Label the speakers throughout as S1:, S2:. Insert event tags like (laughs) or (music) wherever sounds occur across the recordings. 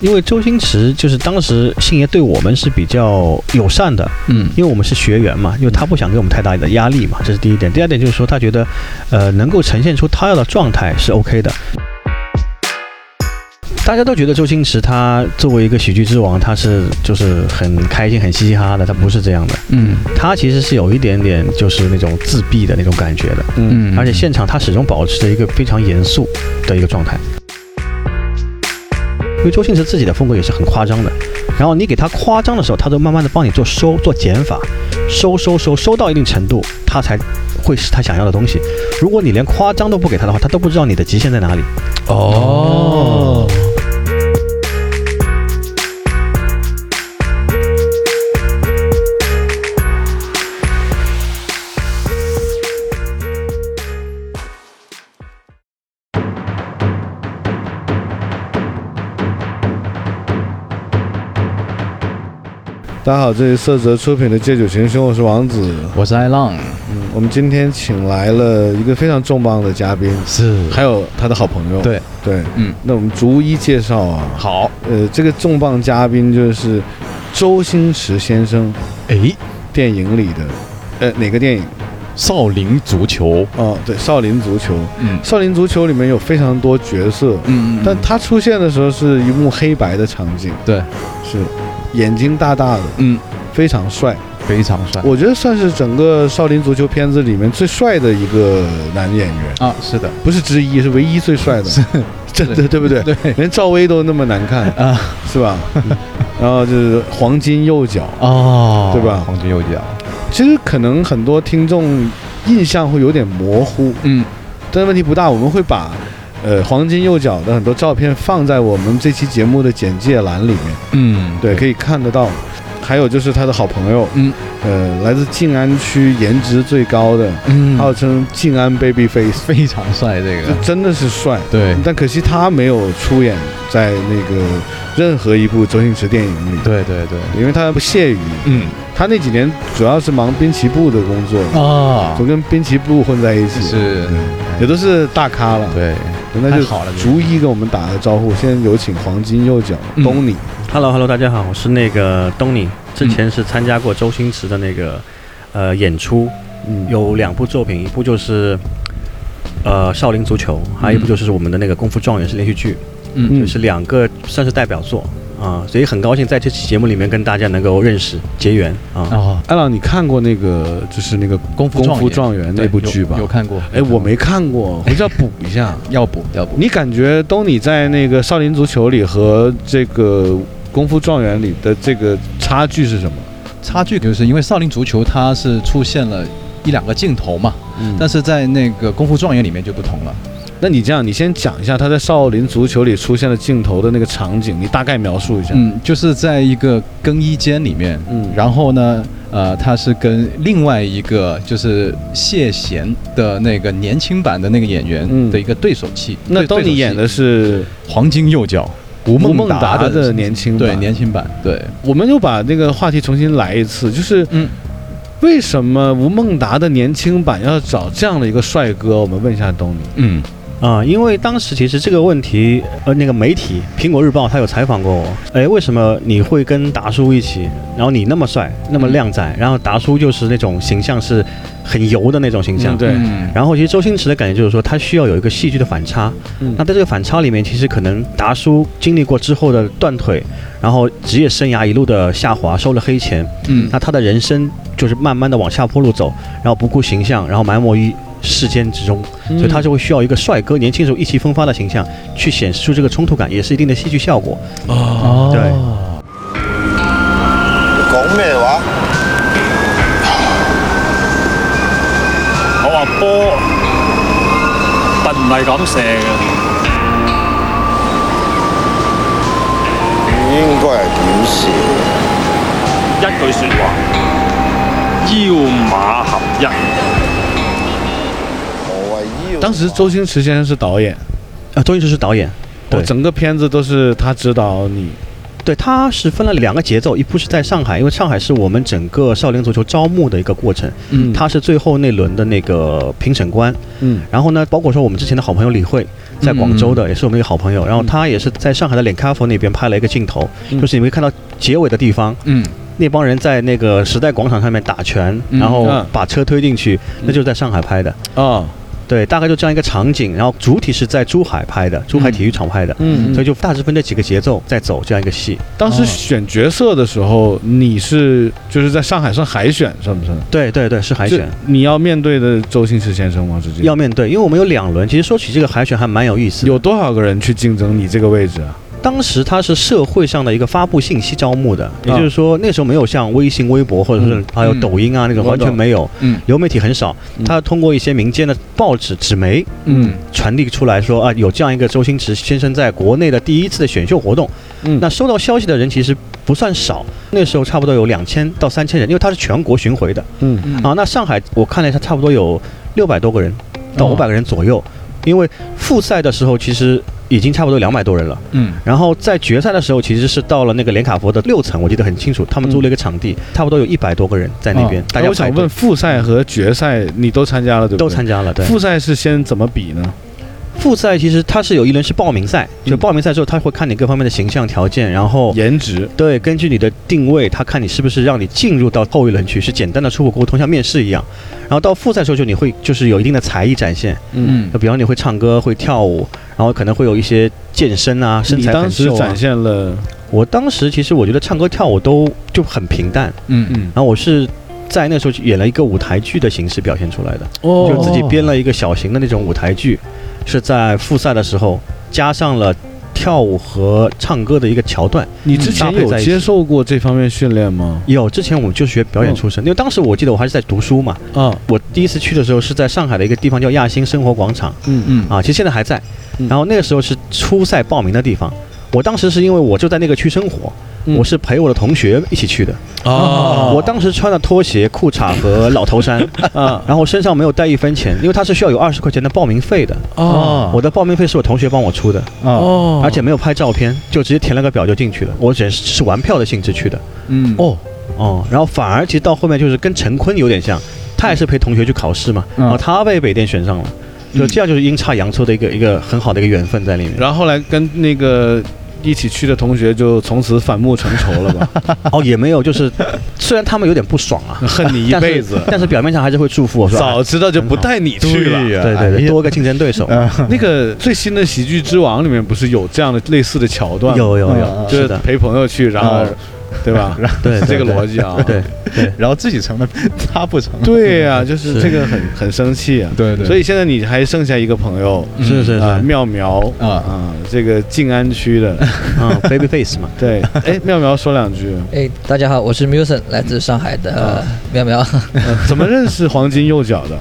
S1: 因为周星驰就是当时星爷对我们是比较友善的，
S2: 嗯
S1: 因为我们是学员嘛，因为他不想给我们太大的压力嘛，这是第一点。第二点就是说，他觉得，呃，能够呈现出他要的状态是 OK 的。大家都觉得周星驰他作为一个喜剧之王，他是就是很开心、很嘻嘻哈哈的，他不是这样的。
S2: 嗯
S1: 他其实是有一点点就是那种自闭的那种感觉的，
S2: 嗯
S1: 而且现场他始终保持着一个非常严肃的一个状态。因为周星驰自己的风格也是很夸张的，然后你给他夸张的时候，他都慢慢的帮你做收、做减法，收收收收到一定程度，他才会是他想要的东西。如果你连夸张都不给他的话，他都不知道你的极限在哪里。
S2: 哦，
S3: 大家好，这里是色泽出品的《借酒行凶》，我是王子。
S2: 我是艾浪，
S3: 我们今天请来了一个非常重磅的嘉宾，
S2: 是
S3: 还有他的好朋友。
S2: 对
S3: 对，
S2: 嗯，
S3: 那我们逐一介绍啊。
S2: 好，
S3: 呃，这个重磅嘉宾就是周星驰先生，
S2: 哎，
S3: 电影里的，呃，哪个电影？
S2: 少林足球，
S3: 哦，对，《少林足球》。
S2: 嗯
S3: 《少林足球》里面有非常多角色，
S2: 嗯
S3: 但他出现的时候是一幕黑白的场景，
S2: 对，
S3: 是眼睛大大的，
S2: 嗯，
S3: 非常帅。
S2: 非常帅
S3: 我觉得算是整个《少林足球》片子里面最帅的一个男演员，
S2: 啊，是的，
S3: 不是之一，是唯一最帅的， (laughs) 真的对不对？
S2: 对
S3: 连赵薇都那么难看，
S2: 啊，
S3: 是 (laughs) 吧？嗯然后就是黄金右脚，
S2: 哦，
S3: 对吧
S2: 黄金右脚，
S3: 其实可能很多听众印象会有点模糊，
S2: 嗯，
S3: 但问题不大，我们会把呃黄金右脚的很多照片放在我们这期节目的简介栏里面，
S2: 嗯，
S3: 对，可以看得到。还有就是他的好朋友，
S2: 嗯，
S3: 呃，来自静安区颜值最高的，
S2: 嗯，啊
S3: 号称静安 Baby Face，
S2: 非常帅这
S3: 这嗯
S2: 个，
S3: 真的是帅。
S2: 对
S3: 但可惜他没有出演在那个任何一部周星驰电影里，
S2: 对对对，
S3: 因为他不屑于，
S2: 嗯
S3: 他那几年主要是忙滨崎步的工作，
S2: 啊
S3: 总，跟滨崎步混在一起，
S2: 是
S3: 对也都是大咖了。
S2: 对，
S3: 那就
S2: 太好了
S3: 逐一跟我们打个招呼。现在有请黄金右脚
S2: 嗯
S3: 东尼，
S1: Hello Hello，大家好，我是那个东尼，之
S2: 嗯
S1: 前是参加过周星驰的那个呃演出，
S3: 嗯，
S1: 有两部作品，一部就是呃《少林足球》，还有一部就是我们的那个《功夫状元》是连续剧，
S2: 嗯
S3: 嗯
S1: 是两个算是代表作啊，所以很高兴在这期节目里面跟大家能够认识结缘啊。
S2: 啊，
S3: 艾朗，你看过那个就是那个
S2: 功夫
S3: 嗯功夫
S2: 状
S3: 状元
S2: 对
S3: 那部剧吧
S2: 有？有看过，
S3: 哎，我没看过，回去要补一下。
S2: (laughs) 要补要补，
S3: 你感觉东尼在那个少林足球里和这个功夫状元里的这个差距是什么？
S2: 差距就是因为少林足球它是出现了一两个镜头嘛，
S3: 嗯
S2: 但是在那个功夫状元里面就不同了。
S3: 那你这样，你先讲一下他在少林足球里出现的镜头的那个场景，你大概描述一下。
S2: 嗯，就是在一个更衣间里面，
S3: 嗯
S2: 然后呢，呃，他是跟另外一个就是谢贤的那个年轻版的那个演员
S3: 嗯
S2: 的一个对手戏。
S3: 那
S2: 对
S3: 东尼演的是
S2: 黄金右脚吴
S3: 吴
S2: 孟
S3: 孟达
S2: 的
S3: 的年轻版。
S2: 对年轻版对，
S3: 我们又把那个话题重新来一次，就是
S2: 嗯，
S3: 为什么吴孟达的年轻版要找这样的一个帅哥？我们问一下东尼。
S2: 嗯
S1: 啊，因为当时其实这个问题，呃，那个媒体《苹果日报》它有采访过我，哎，为什么你会跟达叔一起？然后你那么帅，那么靓仔，然后达叔就是那种形象是很油的那种形象。
S3: 嗯对
S2: 嗯
S1: 然后其实周星驰的感觉就是说，他需要有一个戏剧的反差。
S3: 嗯
S1: 那在这个反差里面，其实可能达叔经历过之后的断腿，然后职业生涯一路的下滑，收了黑钱，
S2: 嗯
S1: 那他的人生就是慢慢的往下坡路走，然后不顾形象，然后埋没于世间之中，
S2: 嗯
S1: 所以他就会需要一个帅哥，年轻时候意气风发的形象，去显示出这个冲突感，也是一定的戏剧效果。
S2: 哦
S1: 对
S4: 講咩話？
S5: 我話波並唔係咁射嘅，
S4: 應該係點事？
S5: 一句説話，腰馬合一。
S4: 何謂腰？
S3: 当时周星驰先生是导演，
S1: 呃啊，周星驰是导演，
S3: 我
S1: 对
S3: 整个片子都是他指导你，
S1: 对，它是分了两个节奏，一步是在上海，因为上海是我们整个少林足球招募的一个过程，
S2: 嗯
S1: 它是最后那轮的那个评审官。
S3: 嗯
S1: 然后呢，包括说我们之前的好朋友李慧，在广州的、也是我们一个好朋友，然后他也是在上海的脸咖啡那边拍了一个镜头，
S3: 嗯
S1: 就是你会看到结尾的地方，
S2: 嗯
S1: 那帮人在那个时代广场上面打拳，
S2: 嗯
S1: 然后
S3: 嗯
S1: 把车推进去，那就是在上海拍的。
S3: 啊，
S1: 对，大概就这样一个场景，然后主体是在珠海拍的，珠海体育场拍的，
S3: 嗯
S1: 所以就大致分这几个节奏在走这样一个戏。
S3: 当时
S2: 哦
S3: 选角色的时候，你是就是在上海算海选，算不算？
S1: 对对对，是海选
S3: 就，你要面对的周星驰先生吗？是这
S1: 要面对，因为我们有两轮。其实说起这个海选还蛮有意思的。
S3: 有多少个人去竞争你这个位置啊？
S1: 当时它是社会上的一个发布信息招募的，也就是说那时候没有像微信、微博或者是
S3: 嗯
S1: 还有抖音啊那种
S3: 我
S1: 完
S3: 懂
S1: 全没有，
S2: 嗯
S1: 流媒体很少
S3: 嗯。
S1: 它通过一些民间的报纸、纸媒
S2: 嗯
S1: 传递出来说啊，有这样一个周星驰先生在国内的第一次的选秀活动。
S3: 嗯
S1: 那收到消息的人其实不算少，那时候差不多有两千到三千人，因为它是全国巡回的
S3: 嗯
S2: 嗯
S1: 啊。那上海我看了一下，差不多有六百多个人到
S2: 哦
S1: 五百个人左右，因为复赛的时候其实已经差不多两百多人了。
S2: 嗯
S1: 然后在决赛的时候，其实是到了那个连卡佛的六层，我记得很清楚，他们租了一个场地，差不多有一百多个人在那边，大
S3: 哎
S1: 家
S3: 嗯我想
S1: 排队
S3: 问，复赛和决赛你都参加了，对不对？
S1: 都参加了。对，
S3: 复赛是先怎么比呢？
S1: 复赛其实它是有一轮是报名赛，就
S3: 嗯
S1: 报名赛之后，他会看你各方面的形象条件，然后
S3: 颜值，
S1: 对，根据你的定位，他看你是不是让你进入到后一轮去，是简单的初步沟通，像面试一样。然后到复赛的时候，就你会就是有一定的才艺展现，
S2: 嗯
S1: 就比方你会唱歌、会跳舞，然后可能会有一些健身啊、身
S3: 你
S1: 材
S3: 当
S1: 很
S3: 时
S1: 秀啊
S3: 展。现了，
S1: 我当时其实我觉得唱歌跳舞都就很平淡。
S2: 嗯
S1: 然后我是在那时候演了一个舞台剧的形式表现出来的，
S2: 哦
S1: 就自己编了一个小型的那种舞台剧，是在复赛的时候加上了跳舞和唱歌的一个桥段。
S3: 你之
S1: 嗯搭
S3: 前
S1: 配
S3: 有
S1: 在一起
S3: 接受过这方面训练吗？
S1: 有之前我就学表演出身，因为当时我记得我还是在读书嘛，
S3: 啊，
S1: 我第一次去的时候是在上海的一个地方叫亚新生活广场
S3: 嗯
S2: 嗯
S1: 啊，其实现在还在。
S3: 嗯
S1: 然后那个时候是初赛报名的地方。我当时是因为我就在那个区生活，
S3: 嗯
S1: 我是陪我的同学一起去的。
S2: 哦
S1: 我当时穿了拖鞋、裤衩和老头衫，
S3: 啊
S1: 然后身上没有带一分钱，因为他是需要有二十块钱的报名费的。
S2: 哦
S1: 我的报名费是我同学帮我出的，
S3: 啊，
S2: 哦
S1: 而且没有拍照片，就直接填了个表就进去了。我只是是玩票的性质去的。
S2: 嗯
S1: 哦哦，然后反而其实到后面就是跟陈坤有点像，他也是陪同学去考试嘛，
S2: 嗯
S1: 然后他被北电选上了，就
S2: 嗯
S1: 这样就是阴差阳错的一个一个很好的一个缘分在里
S3: (laughs)
S1: 面。
S3: 然后后来跟那个一起去的同学就从此反目成仇了吧？
S1: 哦，也没有，就是虽然他们有点不爽啊，
S3: (laughs) 恨你一
S1: 但是
S3: 辈子。
S1: 但是表面上还是会祝福我说，哎
S3: 早知道就不带你去
S2: 对
S3: 了。
S1: 哎
S2: 呀
S1: 对对对，多个竞争对手，
S3: (laughs) 那个最新的《喜剧之王》里面不是有这样的类似的桥段吗？
S1: 有有
S2: 嗯
S1: 有，
S3: 就是是
S1: 的，
S3: 陪朋友去，然后
S2: 嗯，
S3: 对吧？然后
S1: 对，对
S3: 这个逻，辑啊，
S1: (laughs) 对对
S2: 然后自己成了， (laughs) 他不成了。
S3: 对呀，就是
S1: 是
S3: 这个很很生气啊。
S2: 对对
S3: 所以现在你还剩下一个朋友
S1: 对，是是是，
S3: 啊，
S1: 嗯
S3: 妙苗
S2: 啊
S3: 啊，这个静安区的，
S1: 嗯，baby face 嘛，
S3: 对，哎，妙苗说两句，
S6: 哎，大家好，我是 Muson，来自上海
S3: 啊
S6: 的苗
S3: (laughs)
S6: 苗。
S3: 呃怎么认识黄金右脚的？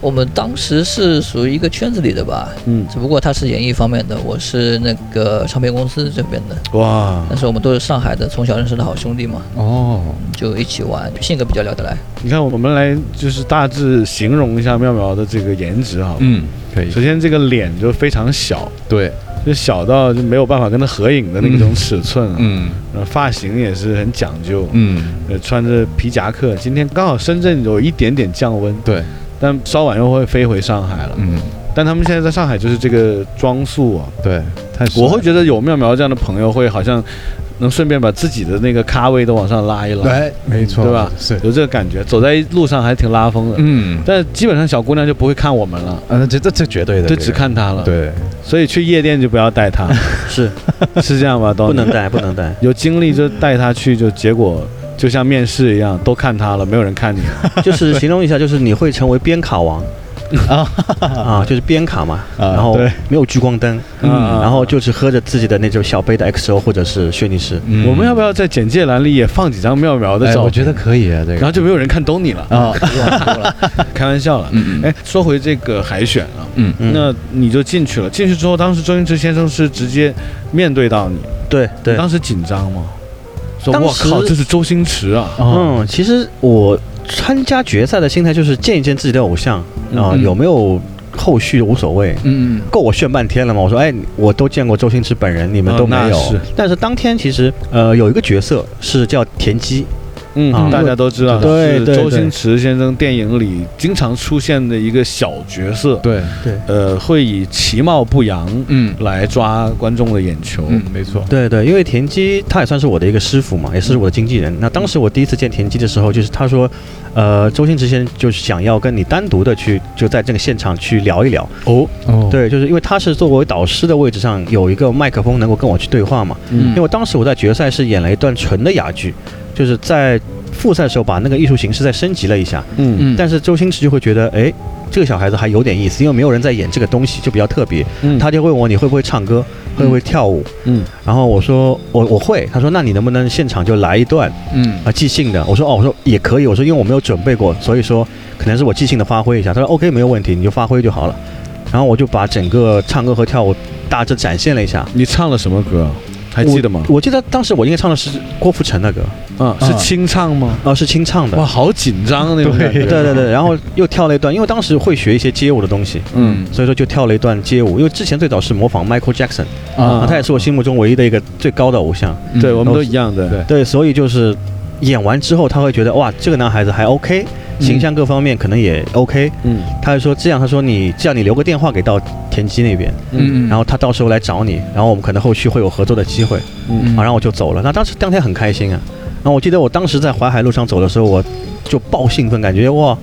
S6: 我们当时是属于一个圈子里的吧，
S3: 嗯，
S6: 只不过他是演艺方面的，我是那个唱片公司这边的。
S3: 哇，
S6: 但是我们都是上海的，从小认识的好兄弟嘛，
S2: 哦，
S6: 就一起玩，性格比较聊得来。
S3: 你看，我们来就是大致形容一下妙苗的这个颜值哈。
S2: 嗯，可以
S3: 首，先，这个脸就非常小，
S2: 对，
S3: 就小到就没有办法跟他合影的那种尺寸啊。
S2: 嗯
S3: 呃，发型也是很讲究，
S2: 嗯，
S3: 呃，穿着皮夹克。今天刚好深圳有一点点降温，
S2: 对，
S3: 但稍晚又会飞回上海了。
S2: 嗯
S3: 但他们现在在上海就是这个装束啊，
S2: 对，太帅了
S3: 我会觉得有妙苗这样的朋友会好像能顺便把自己的那个咖位都往上拉一拉，
S2: 对，哎没错，
S3: 对吧
S2: 是，
S3: 有这个感觉，走在路上还挺拉风的。
S2: 嗯，
S3: 但基本上小姑娘就不会看我们了，
S2: 啊，那这这这绝对的，
S3: 就
S2: 这
S3: 只
S2: 个
S3: 看她了。，
S2: 对，
S3: 所以去夜店就不要
S2: (laughs)
S3: 带她，
S1: 是
S3: 是这样吧？都
S1: 不能带不能带，
S3: 有精力就带她去，就结果就像面试一样，都看她了，没有人看你了。
S1: 就是形容一下，就是你会成为编卡王。啊，就是编卡嘛，
S2: 啊
S1: 然后
S2: 对
S1: 没有聚光灯，
S3: 嗯
S1: 然后就是喝着自己的那种小杯的 XO 或者是轩尼诗，
S2: 嗯
S3: 我们要不要在简介栏里也放几张妙苗的
S2: 哎，
S3: 照
S2: 我觉
S3: 片？
S2: 得可以啊，这
S3: 然后
S2: 个
S3: 就没有人看懂你了，
S2: 啊，
S3: 开玩笑了。
S2: 嗯
S3: 哎，说回这个海选啊，
S2: 嗯
S1: 嗯
S3: 那你就进去了。进去之后，当时周星驰先生是直接面对到你，
S1: 对对
S3: 你，当时紧张吗？说
S1: 当
S3: 我
S1: 时
S3: 靠，这是周星驰啊！
S2: 哦
S1: 嗯，其实我参加决赛的心态就是见一见自己的偶像啊、
S3: 嗯
S1: 有没有后续无所谓。
S2: 嗯，
S1: 够我炫半天了嘛？我说，哎，我都见过周星驰本人，你们
S3: 嗯
S1: 都没
S3: 那
S1: 有。
S3: 是
S1: 但是当天其实，呃，有一个角色是叫田鸡，
S3: 嗯，
S1: 啊
S3: 大家都知道，
S1: 对
S3: 是
S1: 对
S3: 周
S1: 对
S3: 星驰先生电影里经常出现的一个小角色，
S2: 对，
S3: 呃，会以其貌不扬
S2: 嗯
S3: 来抓观众的眼球。
S2: 嗯，没错，
S1: 对对，因为田鸡他也算是我的一个师傅嘛，也是我的经纪人。那当时我第一次见田鸡的时候，就是他说，呃，周星驰先生就是想要跟你单独的去，就在这个现场去聊一聊。
S2: 哦哦，
S1: 对，就是因为他是作为导师的位置上有一个麦克风能够跟我去对话嘛。
S2: 嗯
S1: 因为我当时我在决赛是演了一段纯的哑剧，就是在复赛的时候把那个艺术形式再升级了一下。
S3: 嗯
S2: 嗯，
S1: 但是周星驰就会觉得，哎，这个小孩子还有点意思，因为没有人在演这个东西，就比较特别。
S3: 嗯
S1: 他就问我你会不会唱歌，会不会跳舞？
S3: 嗯，
S1: 然后我说我我会。他说那你能不能现场就来一段
S2: 嗯
S1: 啊即兴的？我说哦，我说也可以。我说因为我没有准备过，所以说可能是我即兴的发挥一下。他说 OK 没有问题，你就发挥就好了。然后我就把整个唱歌和跳舞大致展现了一下。
S3: 你唱了什么歌？啊还记得吗？
S1: 我记得当时我应该唱的是郭富城的歌，
S3: 嗯，是清唱吗？
S1: 啊是清唱的。
S3: 哇，好紧张啊那种感觉。
S1: 对对对，然后又跳了一段，因为当时会学一些街舞的东西，
S3: 嗯
S1: 所以说就跳了一段街舞。因为之前最早是模仿 Michael Jackson，啊，他也是我心目中唯一的一个最高的偶像。
S2: 嗯
S3: 对，我们都一样的。
S2: 对
S1: 对，所以就是演完之后，他会觉得哇，这个男孩子还 OK，形
S2: 嗯
S1: 象各方面可能也 OK。
S3: 嗯
S1: 他就说这样，他说你这样你留个电话给到田鸡那边，
S2: 嗯，
S1: 然后他到时候来找你，然后我们可能后续会有合作的机会。
S2: 嗯
S1: 啊，然后我就走了。那当时当天很开心啊。然后我记得我当时在淮海路上走的时候，我就爆兴奋，感觉
S2: (laughs)
S1: 哇，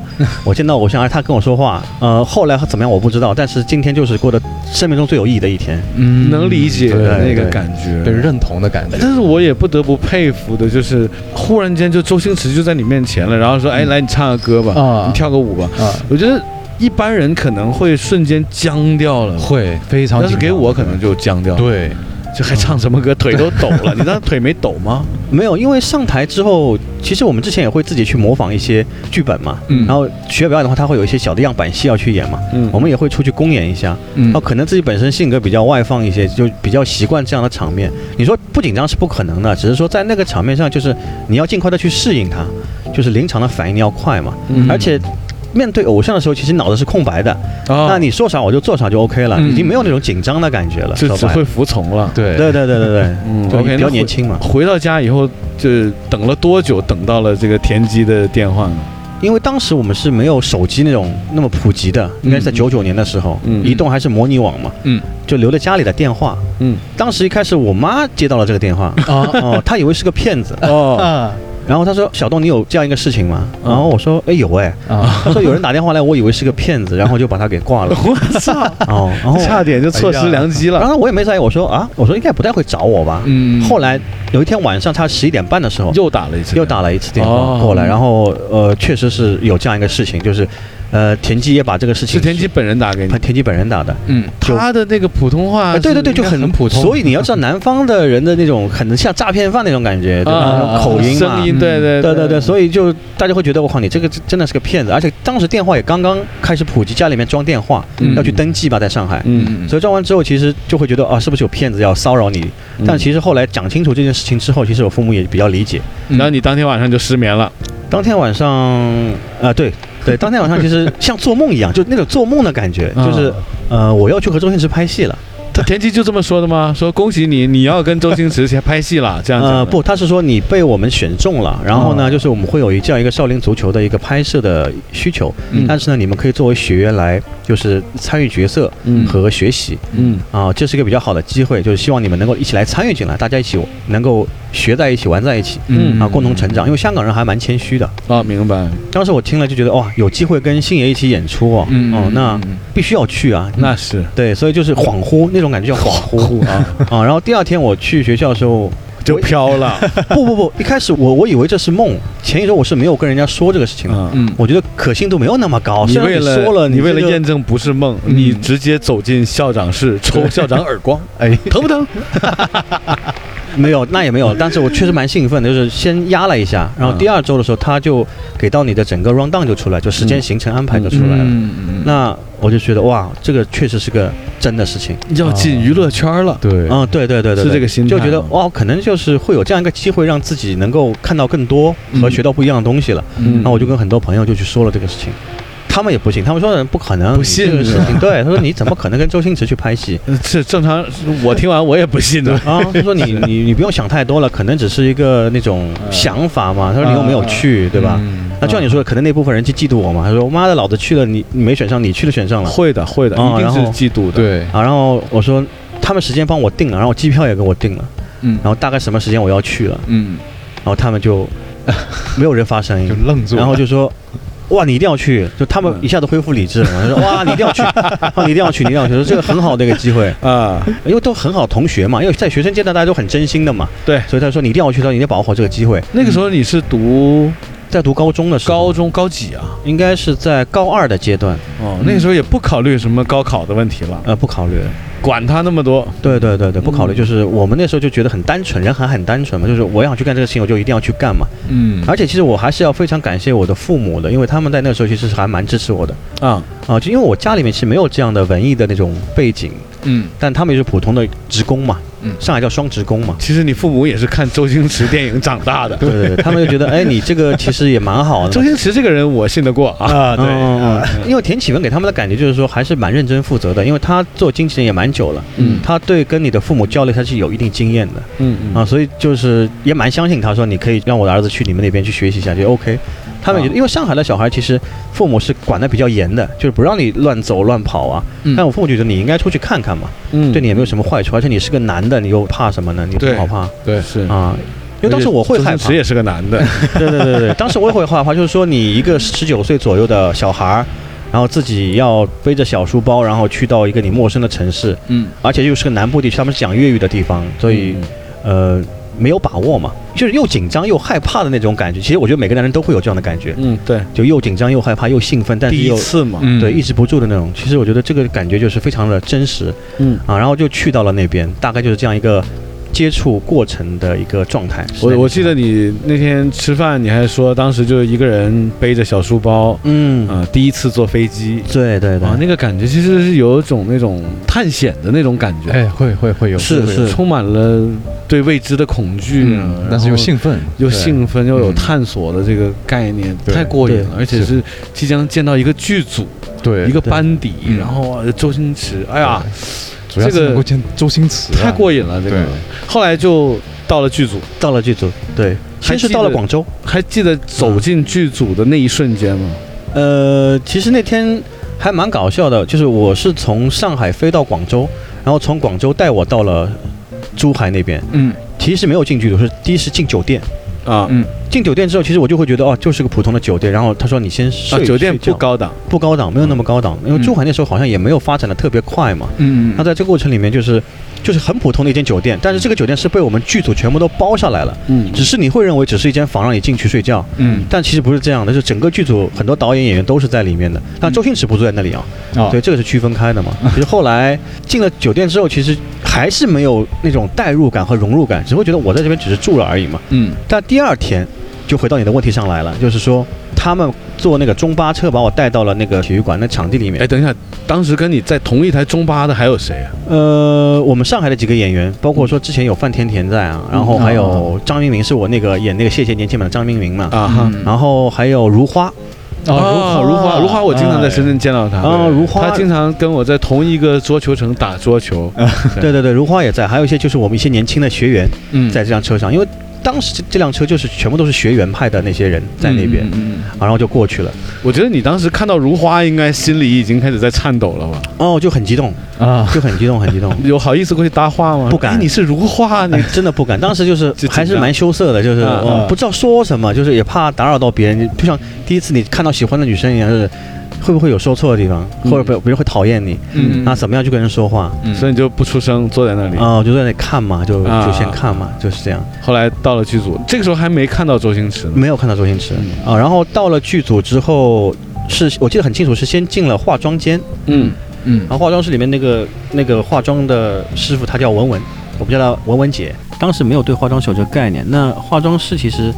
S1: 我见到偶像，而他跟我说话。呃，后来他怎么样我不知道，但是今天就是过得生命中最有意义的一天。
S2: 嗯
S3: 能理解
S1: 对
S3: 那个
S1: 对
S3: 感觉。
S2: 被认同的感觉，
S3: 但是我也不得不佩服的，就是忽然间就周星驰就在你面前了，然后说：“哎，来你唱个歌吧，
S2: 啊
S3: 你跳个舞吧。
S2: 啊”
S3: 我觉得一般人可能会瞬间僵掉了，
S2: 会非常
S3: 但
S2: 紧张，
S3: 是给我可能就僵掉了，
S2: 对，
S3: 就还唱什么歌，腿都抖了。你那腿没抖吗？
S1: 没有，因为上台之后，其实我们之前也会自己去模仿一些剧本嘛。
S2: 嗯
S1: 然后学表演的话，他会有一些小的样板戏要去演嘛。
S3: 嗯
S1: 我们也会出去公演一下。
S2: 嗯
S1: 然后可能自己本身性格比较外放一些，就比较习惯这样的场面。你说不紧张是不可能的，只是说在那个场面上，就是你要尽快的去适应它，就是临场的反应你要快嘛。
S2: 嗯
S1: 而且面对偶像的时候，其实脑子是空白的，
S3: 啊
S1: 那你说啥我就做啥就 OK 了，
S2: 嗯
S1: 已经没有那种紧张的感觉了。
S3: 就
S1: 啊说
S3: 只
S1: 白了
S3: 会服从了。
S2: 对
S1: 对对对对对，
S3: 嗯
S1: 对
S3: OK，
S1: 比较
S3: 那
S1: 年轻嘛。
S3: 回到家以后，就等了多久？等到了这个田鸡的电话呢？
S1: 因为当时我们是没有手机那种那么普及的，应该是在九九年的时候，
S3: 嗯
S1: 移动还是模拟网嘛，
S2: 嗯，
S1: 就留在家里的电话。
S3: 嗯，
S1: 当时一开始我妈接到了这个电
S3: (laughs)
S1: 话，
S2: 啊
S1: 哦，她以为是个骗子，
S3: 哦，
S2: 啊
S1: 然后她说：“小东，你有这样一个事情吗？”
S3: 啊
S1: 然后我说：“哎，有哎。”
S2: 啊，
S1: 她说：“有人打电话来，我以为是个骗子，然后就把他给挂了。
S3: (laughs) 我操，”
S1: 哦，然后
S3: (laughs) 差点就错失良机
S1: 然
S3: 了。
S1: 后我也没在意，我说啊，我说应该不太会找我吧。
S2: 嗯
S1: 后来有一天晚上，差十一点半的时候，
S3: 又打了一
S1: (laughs)
S3: 次，
S1: 又打了一次电话
S3: 哦
S1: 过来，然后呃，确实是有这样一个事情，就是呃，田鸡也把这个事情
S3: 是田鸡本人打给你
S1: 他，田鸡本人打的。
S2: 嗯
S1: 就
S3: 他的那个普通话
S1: 哎，
S3: 是，
S1: 对对对，就
S2: 应该很普通
S1: 所以你要知道南方的人的那种，可能像诈骗犯那种感觉，对吧？
S2: 啊
S1: 那种口音嘛
S3: 声，音，对对
S1: 对对对，所以就大家会觉得我靠，你这个真的是个骗子。而且当时电话也刚刚开始普及，家里面装电话
S2: 嗯
S1: 要去登记吧，在上海，
S3: 嗯，
S1: 所以装完之后，其实就会觉得啊，是不是有骗子要骚扰你？但其实后来讲清楚这件事情之后，其实我父母也比较理解。
S2: 嗯
S3: 然后你当天晚上就失眠了，
S1: 当天晚上，啊，对对，
S3: (laughs)
S1: 当天晚上其实像做梦一样，就那种做梦的感觉，
S3: 啊
S1: 就是呃，我要去和周星驰拍戏了。
S3: 他田鸡就这么说的吗？说恭喜你，你要跟周星驰拍戏了，这样子。
S1: 呃，不，，他是说你被我们选中了，然后
S3: 啊
S1: 呢，就是我们会有一这样一个少林足球的一个拍摄的需求，
S2: 嗯
S1: 但是呢，你们可以作为学员来就是参与角色
S3: 嗯
S1: 和学习。
S3: 嗯
S1: 啊，这是一个比较好的机会，就是希望你们能够一起来参与进来，大家一起能够学在一起，玩在一起，
S2: 嗯
S1: 啊，共同成长。因为香港人还蛮谦虚的，
S3: 啊，明白，
S1: 当时我听了就觉得哇，有机会跟星爷一起演出哦，
S2: 嗯
S1: 哦，那
S2: 嗯嗯
S1: 必须要去啊。
S3: 那是
S1: 对，所以就是恍惚那种感觉叫恍惚 (laughs)
S3: 啊，
S1: 啊。然后第二天我去学校的时候，
S3: 就飘了，
S1: (laughs) 不不不，一开始我我以为这是梦，前一周我是没有跟人家说这个事情的。
S3: 嗯。
S2: 嗯
S1: 我觉得可信度没有那么高，
S3: 你
S1: 虽然
S3: 为了
S1: 说了，
S3: 你为了
S1: 这个
S3: 验证不是梦，
S2: 嗯
S3: 你直接走进校长室抽校长耳光，
S2: 哎
S3: 疼 (laughs) 不疼？
S1: 没有，那也没有，但是我确实蛮兴奋的，就是先压了一下，然后
S3: 嗯
S1: 第二周的时候，他就给到你的整个 round down 就出来，就时
S3: 嗯
S1: 间行程安排就出来了。
S2: 嗯嗯
S1: 那我就觉得哇，这个确实是个真的事情。
S3: 要进娱乐圈了，
S2: 对
S1: 嗯，对对对对，
S3: 是
S1: 对
S3: 这个心态
S1: 就觉得
S3: 吗
S1: 哇，可能就是会有这样一个机会，让自己能够看到更多和学到不一样的东西了。
S2: 嗯
S1: 那我就跟很多朋友就去说了这个事情。他们也不信，他们说嗯不可能，
S3: 不信
S1: 你这个
S3: 是
S1: 事
S3: 吧
S1: 情。对，他说你怎么可能跟周星驰去拍
S3: (laughs)
S1: 戏？
S3: 这呃正常，我听完我也不信的。
S1: 啊，他说你你你不用想太多了，可能只是一个那种想法
S3: 嗯
S1: 嘛。他说你又没有去，对吧？
S2: 嗯
S1: 那就像你说的，可能那部分人去嫉妒我嘛。他说妈的，老子去了，你你没选上，你去了选上了
S3: (laughs) 会的，会的，
S1: 哦
S3: 一定是
S1: 然后
S3: 嫉妒的。，
S2: 对，
S1: 啊。然后我说他们时间帮我定了，然后机票也给我定了，
S2: 嗯
S1: 然后大概什么时间我要去了，
S2: 嗯，
S1: 然后他们就没有人发声音
S2: 就，愣住了，
S1: 然后就说。哇，你一定要去！就他们
S3: 嗯
S1: 一下子恢复理智了嘛。他说：“哇，你一定要去，哇你一定要去，你一定要去！”说这个很好的一个机会，
S3: 啊，
S1: 因为都很好同学嘛，因为在学生阶段大家都很真心的嘛。
S3: 对
S1: 所以他说你一定要去，他说你一定要把握好这个机会。
S3: 那个时候你是读
S1: 在读高中的时候，
S3: 高中高几啊？
S1: 应该是在高二的阶段，
S3: 哦，那个时候也不考虑什么高考的问题了，
S1: 呃，不考虑。
S3: 管他那么多。
S1: 对对对对，不考
S2: 嗯
S1: 虑，就是我们那时候就觉得很单纯，人还很单纯嘛，就是我想去干这个事情，我就一定要去干嘛。
S2: 嗯，
S1: 而且其实我还是要非常感谢我的父母的，因为他们在那个时候其实是还蛮支持我的
S3: 啊
S1: 啊，就因为我家里面是没有这样的文艺的那种背景，
S2: 嗯
S1: 但他们也是普通的职工嘛，
S2: 嗯
S1: 上海叫双职工嘛。
S3: 其实你父母也是看周星驰电影长大的。
S1: 对对对，他们就觉得，哎，你这个其实也蛮
S2: (laughs)
S1: 好的，
S3: 周星驰这个人我信得过啊。
S1: 啊，对，
S2: 嗯
S1: 因为田启文给他们的感觉就是说还是蛮认真负责的，因为他做经纪人也蛮久了，
S3: 嗯
S1: 他对跟你的父母交流他是有一定经验的
S3: 嗯
S1: 啊，所以就是也蛮相信他说你可以让我的儿子去你们那边去学习一下，就 OK。他
S3: 啊
S1: 们也觉得，因为上海的小孩其实父母是管得比较严的，就是不让你乱走乱跑啊。
S2: 嗯
S1: 但我父母觉得你应该出去看看嘛，
S3: 嗯
S1: 对你也没有什么坏处，而且你是个男的，你又怕什么呢？你有什么
S3: 对
S1: 好怕
S3: 对是
S1: 啊？因为当时我会害
S3: 嗯周星
S1: 怕
S3: 驰，也是个男的，
S1: (laughs) 对对对对，当时我也会画画，就是说你一个十九岁左右的小孩儿，然后自己要背着小书包，然后去到一个你陌生的城市，
S2: 嗯
S1: 而且又是个南部地区，他们是讲粤语的地方，所以、
S3: 嗯
S1: 呃没有把握嘛，就是又紧张又害怕的那种感觉。其实我觉得每个男人都会有这样的感觉，
S3: (laughs) 嗯 (laughs) 对，
S1: 就又紧张又害怕又兴奋，但是
S3: 第一
S1: 又。
S3: 次嘛，
S2: 嗯
S1: 对，抑制不住的那种。其实我觉得这个感觉就是非常的真实
S3: 嗯，
S1: 啊，然后就去到了那边，大概就是这样一个接触过程的一个状态。
S3: 我我记得，你那天吃饭你还说当时就是一个人背着小书包
S1: 嗯，
S3: 啊，第一次坐飞机
S1: 对对对
S3: 啊，，那个感觉其实是有一种那种探险的那种感觉，
S2: 哎，会会会有
S1: 是
S2: 会
S1: 是
S2: 有
S3: 充满了对未知的恐惧啊，
S2: 嗯，
S3: 然
S2: 但是又
S3: 后
S2: 兴奋，
S3: 又
S2: 对
S3: 兴奋又有
S2: 嗯
S3: 探索的这个概念，
S2: 对
S3: 太过瘾
S1: 对
S3: 了，而且是即将见到一个剧组、
S2: 对
S3: 一个班底，
S2: 嗯
S3: 然后啊周星驰，哎呀，
S2: 主要
S3: 这
S2: 是
S3: 个
S2: 能够见周星驰啊，
S3: 太过瘾了这个
S2: 对。
S3: 后来就到了剧组，
S1: 到了剧组，对，先是
S3: 还记得
S1: 到了广州。
S3: 还记得走进剧组的那一瞬间吗？
S1: 呃，其实那天还蛮搞笑的，就是我是从上海飞到广州，然后从广州带我到了珠海那边。
S2: 嗯
S1: 其实没有进剧组，是第一是进酒店。
S3: 啊
S2: 嗯
S1: 进酒店之后，其实我就会觉得哦，就是个普通的酒店。然后他说你先睡，
S3: 啊，酒店
S1: 睡
S3: 不
S1: 觉
S3: 高档，嗯
S1: 不高档，没有那么高档，因为珠海那时候好像也没有发展的特别快嘛。
S2: 嗯
S1: 那在这个过程里面，就是就是很普通的一间酒店，但是这个酒店是被我们剧组全部都包下来了，
S3: 嗯
S1: 只是你会认为只是一间房让你进去睡觉，
S2: 嗯
S1: 但其实不是这样的，就整个剧组很多导演演员都是在里面的，但周星驰不坐在那里啊，
S2: 嗯哦
S1: 对，这个是区分开的嘛。
S2: (laughs)
S1: 其实后来进了酒店之后，其实还是没有那种代入感和融入感，只会觉得我在这边只是住了而已嘛。
S2: 嗯
S1: 但第二天就回到你的问题上来了，就是说他们坐那个中巴车把我带到了那个体育馆那场地里面
S3: 哎，，等一下，当时跟你在同一台中巴的还有谁啊？
S1: 呃，我们上海的几个演员，包括说之前有范甜甜在啊，
S2: 嗯
S1: 然后还有张明明是我那个演那个谢贤年轻版的张明明嘛，
S3: 啊哈，
S2: 嗯
S1: 然后还有如
S2: (laughs)
S1: 花，
S3: 啊，如花，如花，我经常在
S1: 哎
S3: 深圳见到她，
S1: 啊如花
S3: 她经常跟我在同一个桌球城打桌球，
S1: 对对对，如花也在，还有一些就是我们一些年轻的学员
S2: 嗯
S1: 在这辆车上，因为当时这这辆车就是全部都是学员派的那些人在那边、
S2: 嗯
S1: 啊，然后就过去了，
S3: 我觉得你当时看到如花，应该心里已经开始在颤抖了吧？。
S1: 哦，就很激动，
S2: 嗯嗯啊
S1: 就很激动，很激动
S3: 有好意思过去搭话吗？
S1: 不敢
S3: 哎你是如花，
S1: (laughs)
S3: 你
S1: 哎真的不敢，当时就是
S3: 就紧张
S1: 还是蛮羞涩的，就是
S3: 啊
S1: 哦
S3: 啊
S1: 不知道说什么，就是也怕打扰到别人，就像第一次你看到喜欢的女生一样，就是会不会有说错的地方，
S3: 嗯
S1: 或者别别人会讨厌你，
S2: 嗯
S1: 那怎么样去跟人说话？
S2: 嗯
S3: 所以你就不出声，坐在那里。
S1: 啊、我就在那里看嘛，就
S3: 啊
S1: 就先看嘛，就是这样。
S3: 后来到了剧组，这个时候还没看到周星驰呢。
S1: 没有看到周星驰
S3: 嗯
S1: 啊。然后到了剧组之后，是我记得很清楚，是先进了化妆间，
S3: 嗯，
S2: 嗯
S1: 然后化妆室里面那个那个化妆的师傅，她叫文文，我们叫她文文姐。当时没有对化妆师有这个概念，那化妆师其实。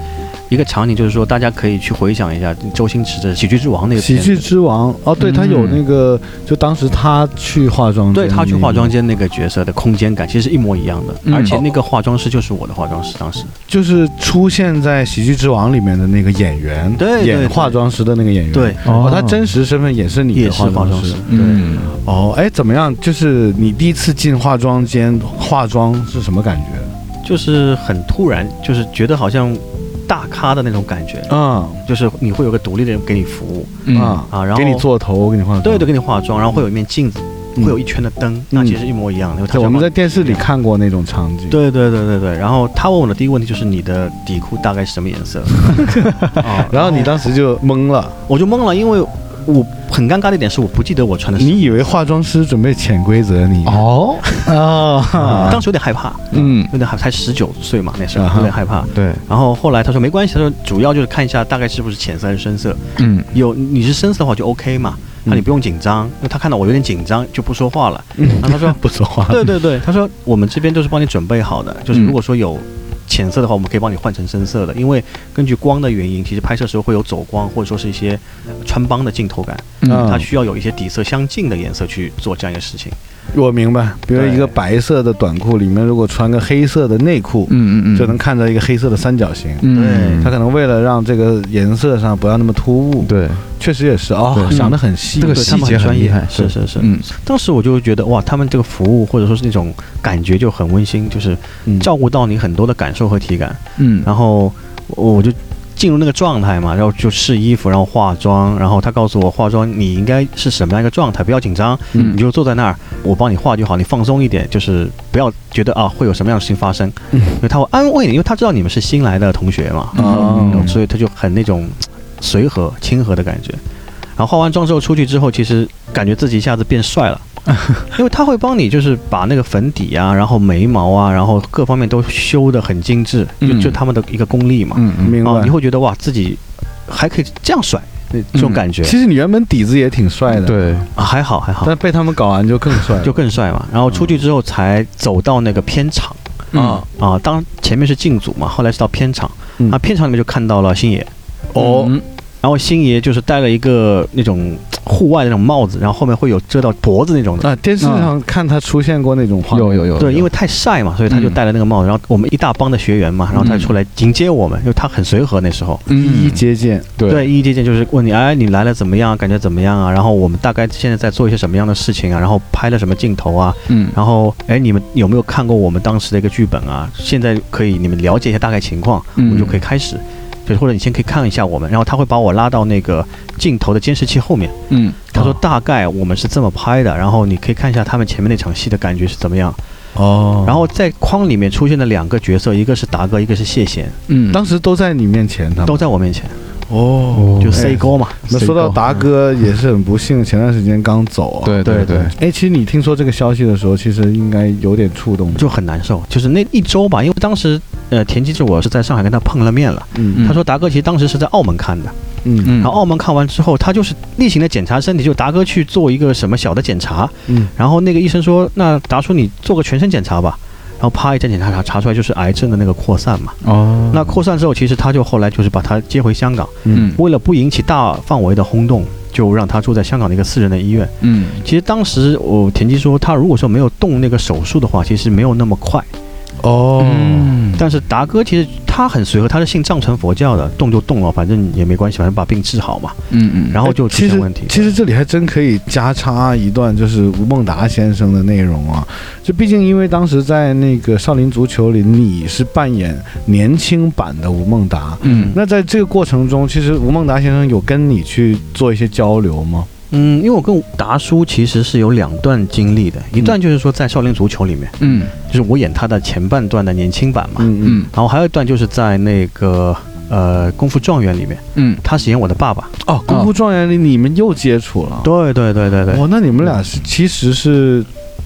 S1: 一个场景，就是说大家可以去回想一下周星驰的《喜剧之王》那个
S3: 喜
S1: 片
S3: 剧
S1: 子，
S3: 之王哦，对他有
S2: 嗯
S3: 那个，就当时他去化妆间那
S1: 对
S3: 个，
S1: 他去化妆间那个角色的空间感其实是一模一样的，
S3: 嗯
S1: 而且那个化妆师就是我的化妆师，当时
S3: 就是出现在《喜剧之王》里面的那个演员，
S1: 对对对
S3: 演化妆师的那个演员，
S1: 对
S3: 哦，他真实身份也是你
S1: 也
S3: 的
S1: 是
S3: 化
S1: 化妆
S3: 师
S1: 师，，对，
S2: 嗯，
S3: 哦，哎，怎么样？就是你第一次进化妆间化妆是什么感觉？
S1: 就是很突然，就是觉得好像大咖的那种感觉，
S3: 啊
S1: 就是你会有个独立的人给你服务
S2: 嗯
S3: 啊
S1: 啊，然后
S3: 给你做头，给你化妆，
S1: 对对，给你化妆，然后会有一面镜子，
S3: 嗯
S1: 会有一圈的灯，那其实一模一样的。他
S3: 对，我们在电视里看过那种场景，，
S1: 对对对对对，然后他问我的第一个问题就是你的底裤大概是什么颜
S3: (laughs)
S1: 色？啊，
S3: 哦然后你当时就懵了，
S1: 我就懵了，因为我很尴尬的一点是我不记得我穿的是什么，
S3: 嗯你以为化妆师准备潜规则你？ (laughs)
S2: 哦
S3: 哦
S2: 啊，
S1: 当时有点害怕，
S2: 嗯
S1: 有点害，才十九岁嘛那时候
S3: 啊哈
S1: 有点害怕。
S3: 对，
S1: 然后后来他说没关系，他说主要就是看一下大概是不是浅色还是深色，
S2: 嗯
S1: 有你是深色的话就 OK 嘛，那
S3: 嗯
S1: 你不用紧张，因为他看到我有点紧张就不说话了。然后他说
S3: 不说话，
S2: (laughs)
S1: 对对对， (laughs) 他说我们这边都是帮你准备好
S2: 嗯
S1: 的，就是如果说有浅色的话，我们可以帮你换成深色的，因为根据光的原因，其实拍摄时候会有走光或者说是一些穿帮的镜头感，
S3: 嗯
S1: 它需要有一些底色相近的颜色去做这样一个事情。
S3: 我明白，比如
S1: 对
S3: 一个白色的短裤里面如果穿个黑色的内裤，
S2: 嗯嗯，
S3: 就能看到一个黑色的三角形。
S2: 嗯，
S3: 他可能为了让这个颜色上不要那么突兀，，
S2: 对
S3: 确实也是哦，
S2: 对
S3: 想得很细。
S2: 这个
S1: 对
S2: 细
S1: 他们
S2: 节
S1: 很专
S2: 很厉
S1: 业
S2: 害
S1: 是是是。
S2: 嗯
S1: 当时我就觉得哇，他们这个服务或者说是那种感觉就很温馨，就是
S3: 嗯
S1: 照顾到你很多的感受和体感。
S2: 嗯，
S1: 然后我我就进入那个状态嘛，然后就试衣服，然后化妆，然后他告诉我化妆你应该是什么样一个状态，不要紧张，
S2: 嗯
S1: 你就坐在那儿，我帮你化就好，你放松一点，就是不要觉得啊会有什么样的事情发生，
S2: 嗯
S1: 因为他会安慰你，因为他知道你们是新来的同学嘛，
S3: 哦
S1: 嗯所以他就很那种随和亲和的感觉。然后化完妆之后出去之后，其实感觉自己一下子变帅
S3: (laughs)
S1: 了，因为他会帮你就是把那个粉底啊，然后眉毛啊，然后各方面都修得很精致，就
S2: 嗯
S1: 就他们的一个功力嘛。
S2: 嗯嗯
S3: 明
S1: 啊，
S3: 白
S1: 你。会觉得哇，自己还可以这样帅，那这种感觉、
S3: 嗯其实你原本底子也挺帅的，，
S2: 对，
S1: 啊还好还好，
S3: 但被他们搞完就更帅了，
S1: 就更帅嘛。然后出去之后才走到那个片场
S3: 哦
S2: 啊
S1: 啊，当前面是进组嘛，后来是到片场
S3: 嗯
S1: 啊，片场里面就看到了星爷，
S3: 哦，
S2: 嗯
S1: 然后星爷就是戴了一个那种户外的那种帽子，然后后面会有遮到脖子那种的。
S3: 啊，电视上看他出现过那种画面，
S2: 有有有，嗯
S1: 对，因为太晒嘛，所以他就戴了那个帽子。然后我们一大帮的学员嘛，然后他出来迎接我们，因为他很随和那时候。
S3: 一一
S2: 嗯
S3: 接见，
S2: 对
S1: 对，一一接见就是问你，哎，你来了怎么样？感觉怎么样啊？然后我们大概现在在做一些什么样的事情啊？然后拍了什么镜头啊？
S2: 嗯
S1: 然后，哎，你们有没有看过我们当时的一个剧本啊？现在可以，你们了解一下大概情况，我
S2: 嗯
S1: 们就可以开始。就是或者你先可以看一下我们，然后他会把我拉到那个镜头的监视器后面。
S2: 嗯
S1: 他说大概我们是这么拍的，然后你可以看一下他们前面那场戏的感觉是怎么样。
S3: 哦
S1: 然后在框里面出现了两个角色，一个是达哥，一个是谢贤，
S2: 嗯，
S3: 当时都在你面前，他们
S1: 都在我面前，
S3: 嗯哦
S2: 哎
S1: 就 C 勾嘛。
S3: 那说到达
S1: 嗯
S3: 哥也是很不幸，前段时间刚走啊。。
S2: 对对对，
S3: 哎，其实你听说这个消息的时候，其实应该有点触动。
S1: 就很难受，就是那一周吧，因为当时，呃，田鸡是我是在上海跟他碰了面了。
S3: 嗯
S1: 他说达哥其实当时是在澳门看的，
S3: 嗯
S2: 嗯
S1: 然后澳门看完之后，他就是例行的检查身体，就达哥去做一个什么小的检查，
S3: 嗯，
S1: 然后那个医生说，那达叔你做个全身检查吧，然后啪一检查查查出来就是癌症的那个扩散嘛。
S3: 嗯
S2: 哦
S1: 那扩散之后，其实他就后来就是把他接回香港，
S2: 嗯
S1: 为了不引起大范围的轰动，就让他住在香港的一个私人的医院。
S2: 嗯
S1: 其实当时我田鸡说，他如果说没有动那个手术的话，其实没有那么快。
S3: 哦
S2: 嗯
S1: 但是达哥其实他很随和，他是信藏传佛教的，动就动了，反正也没关系，反正把病治好嘛。
S2: 嗯嗯，
S1: 然后就出
S3: 其
S1: 现
S3: 实
S1: 问题。
S3: 哎其实这里还真可以加插一段，就是吴孟达先生的内容啊。就毕竟因为当时在那个少林足球里，你是扮演年轻版的吴孟达。
S2: 嗯
S3: 那在这个过程中，其实吴孟达先生有跟你去做一些交流吗？
S1: 嗯，因为我跟达叔其实是有两段经历的，一
S3: 嗯
S1: 段就是说在少林足球里面，
S2: 嗯
S1: 就是我演他的前半段的年轻版嘛，
S3: 嗯
S2: 嗯
S1: 然后还有一段就是在那个呃功夫状元里面，
S2: 嗯
S1: 他是演我的爸爸。
S3: 哦，功夫状元里你们又接触了。
S1: 对对对对对，
S3: 哦，那你们俩是其实是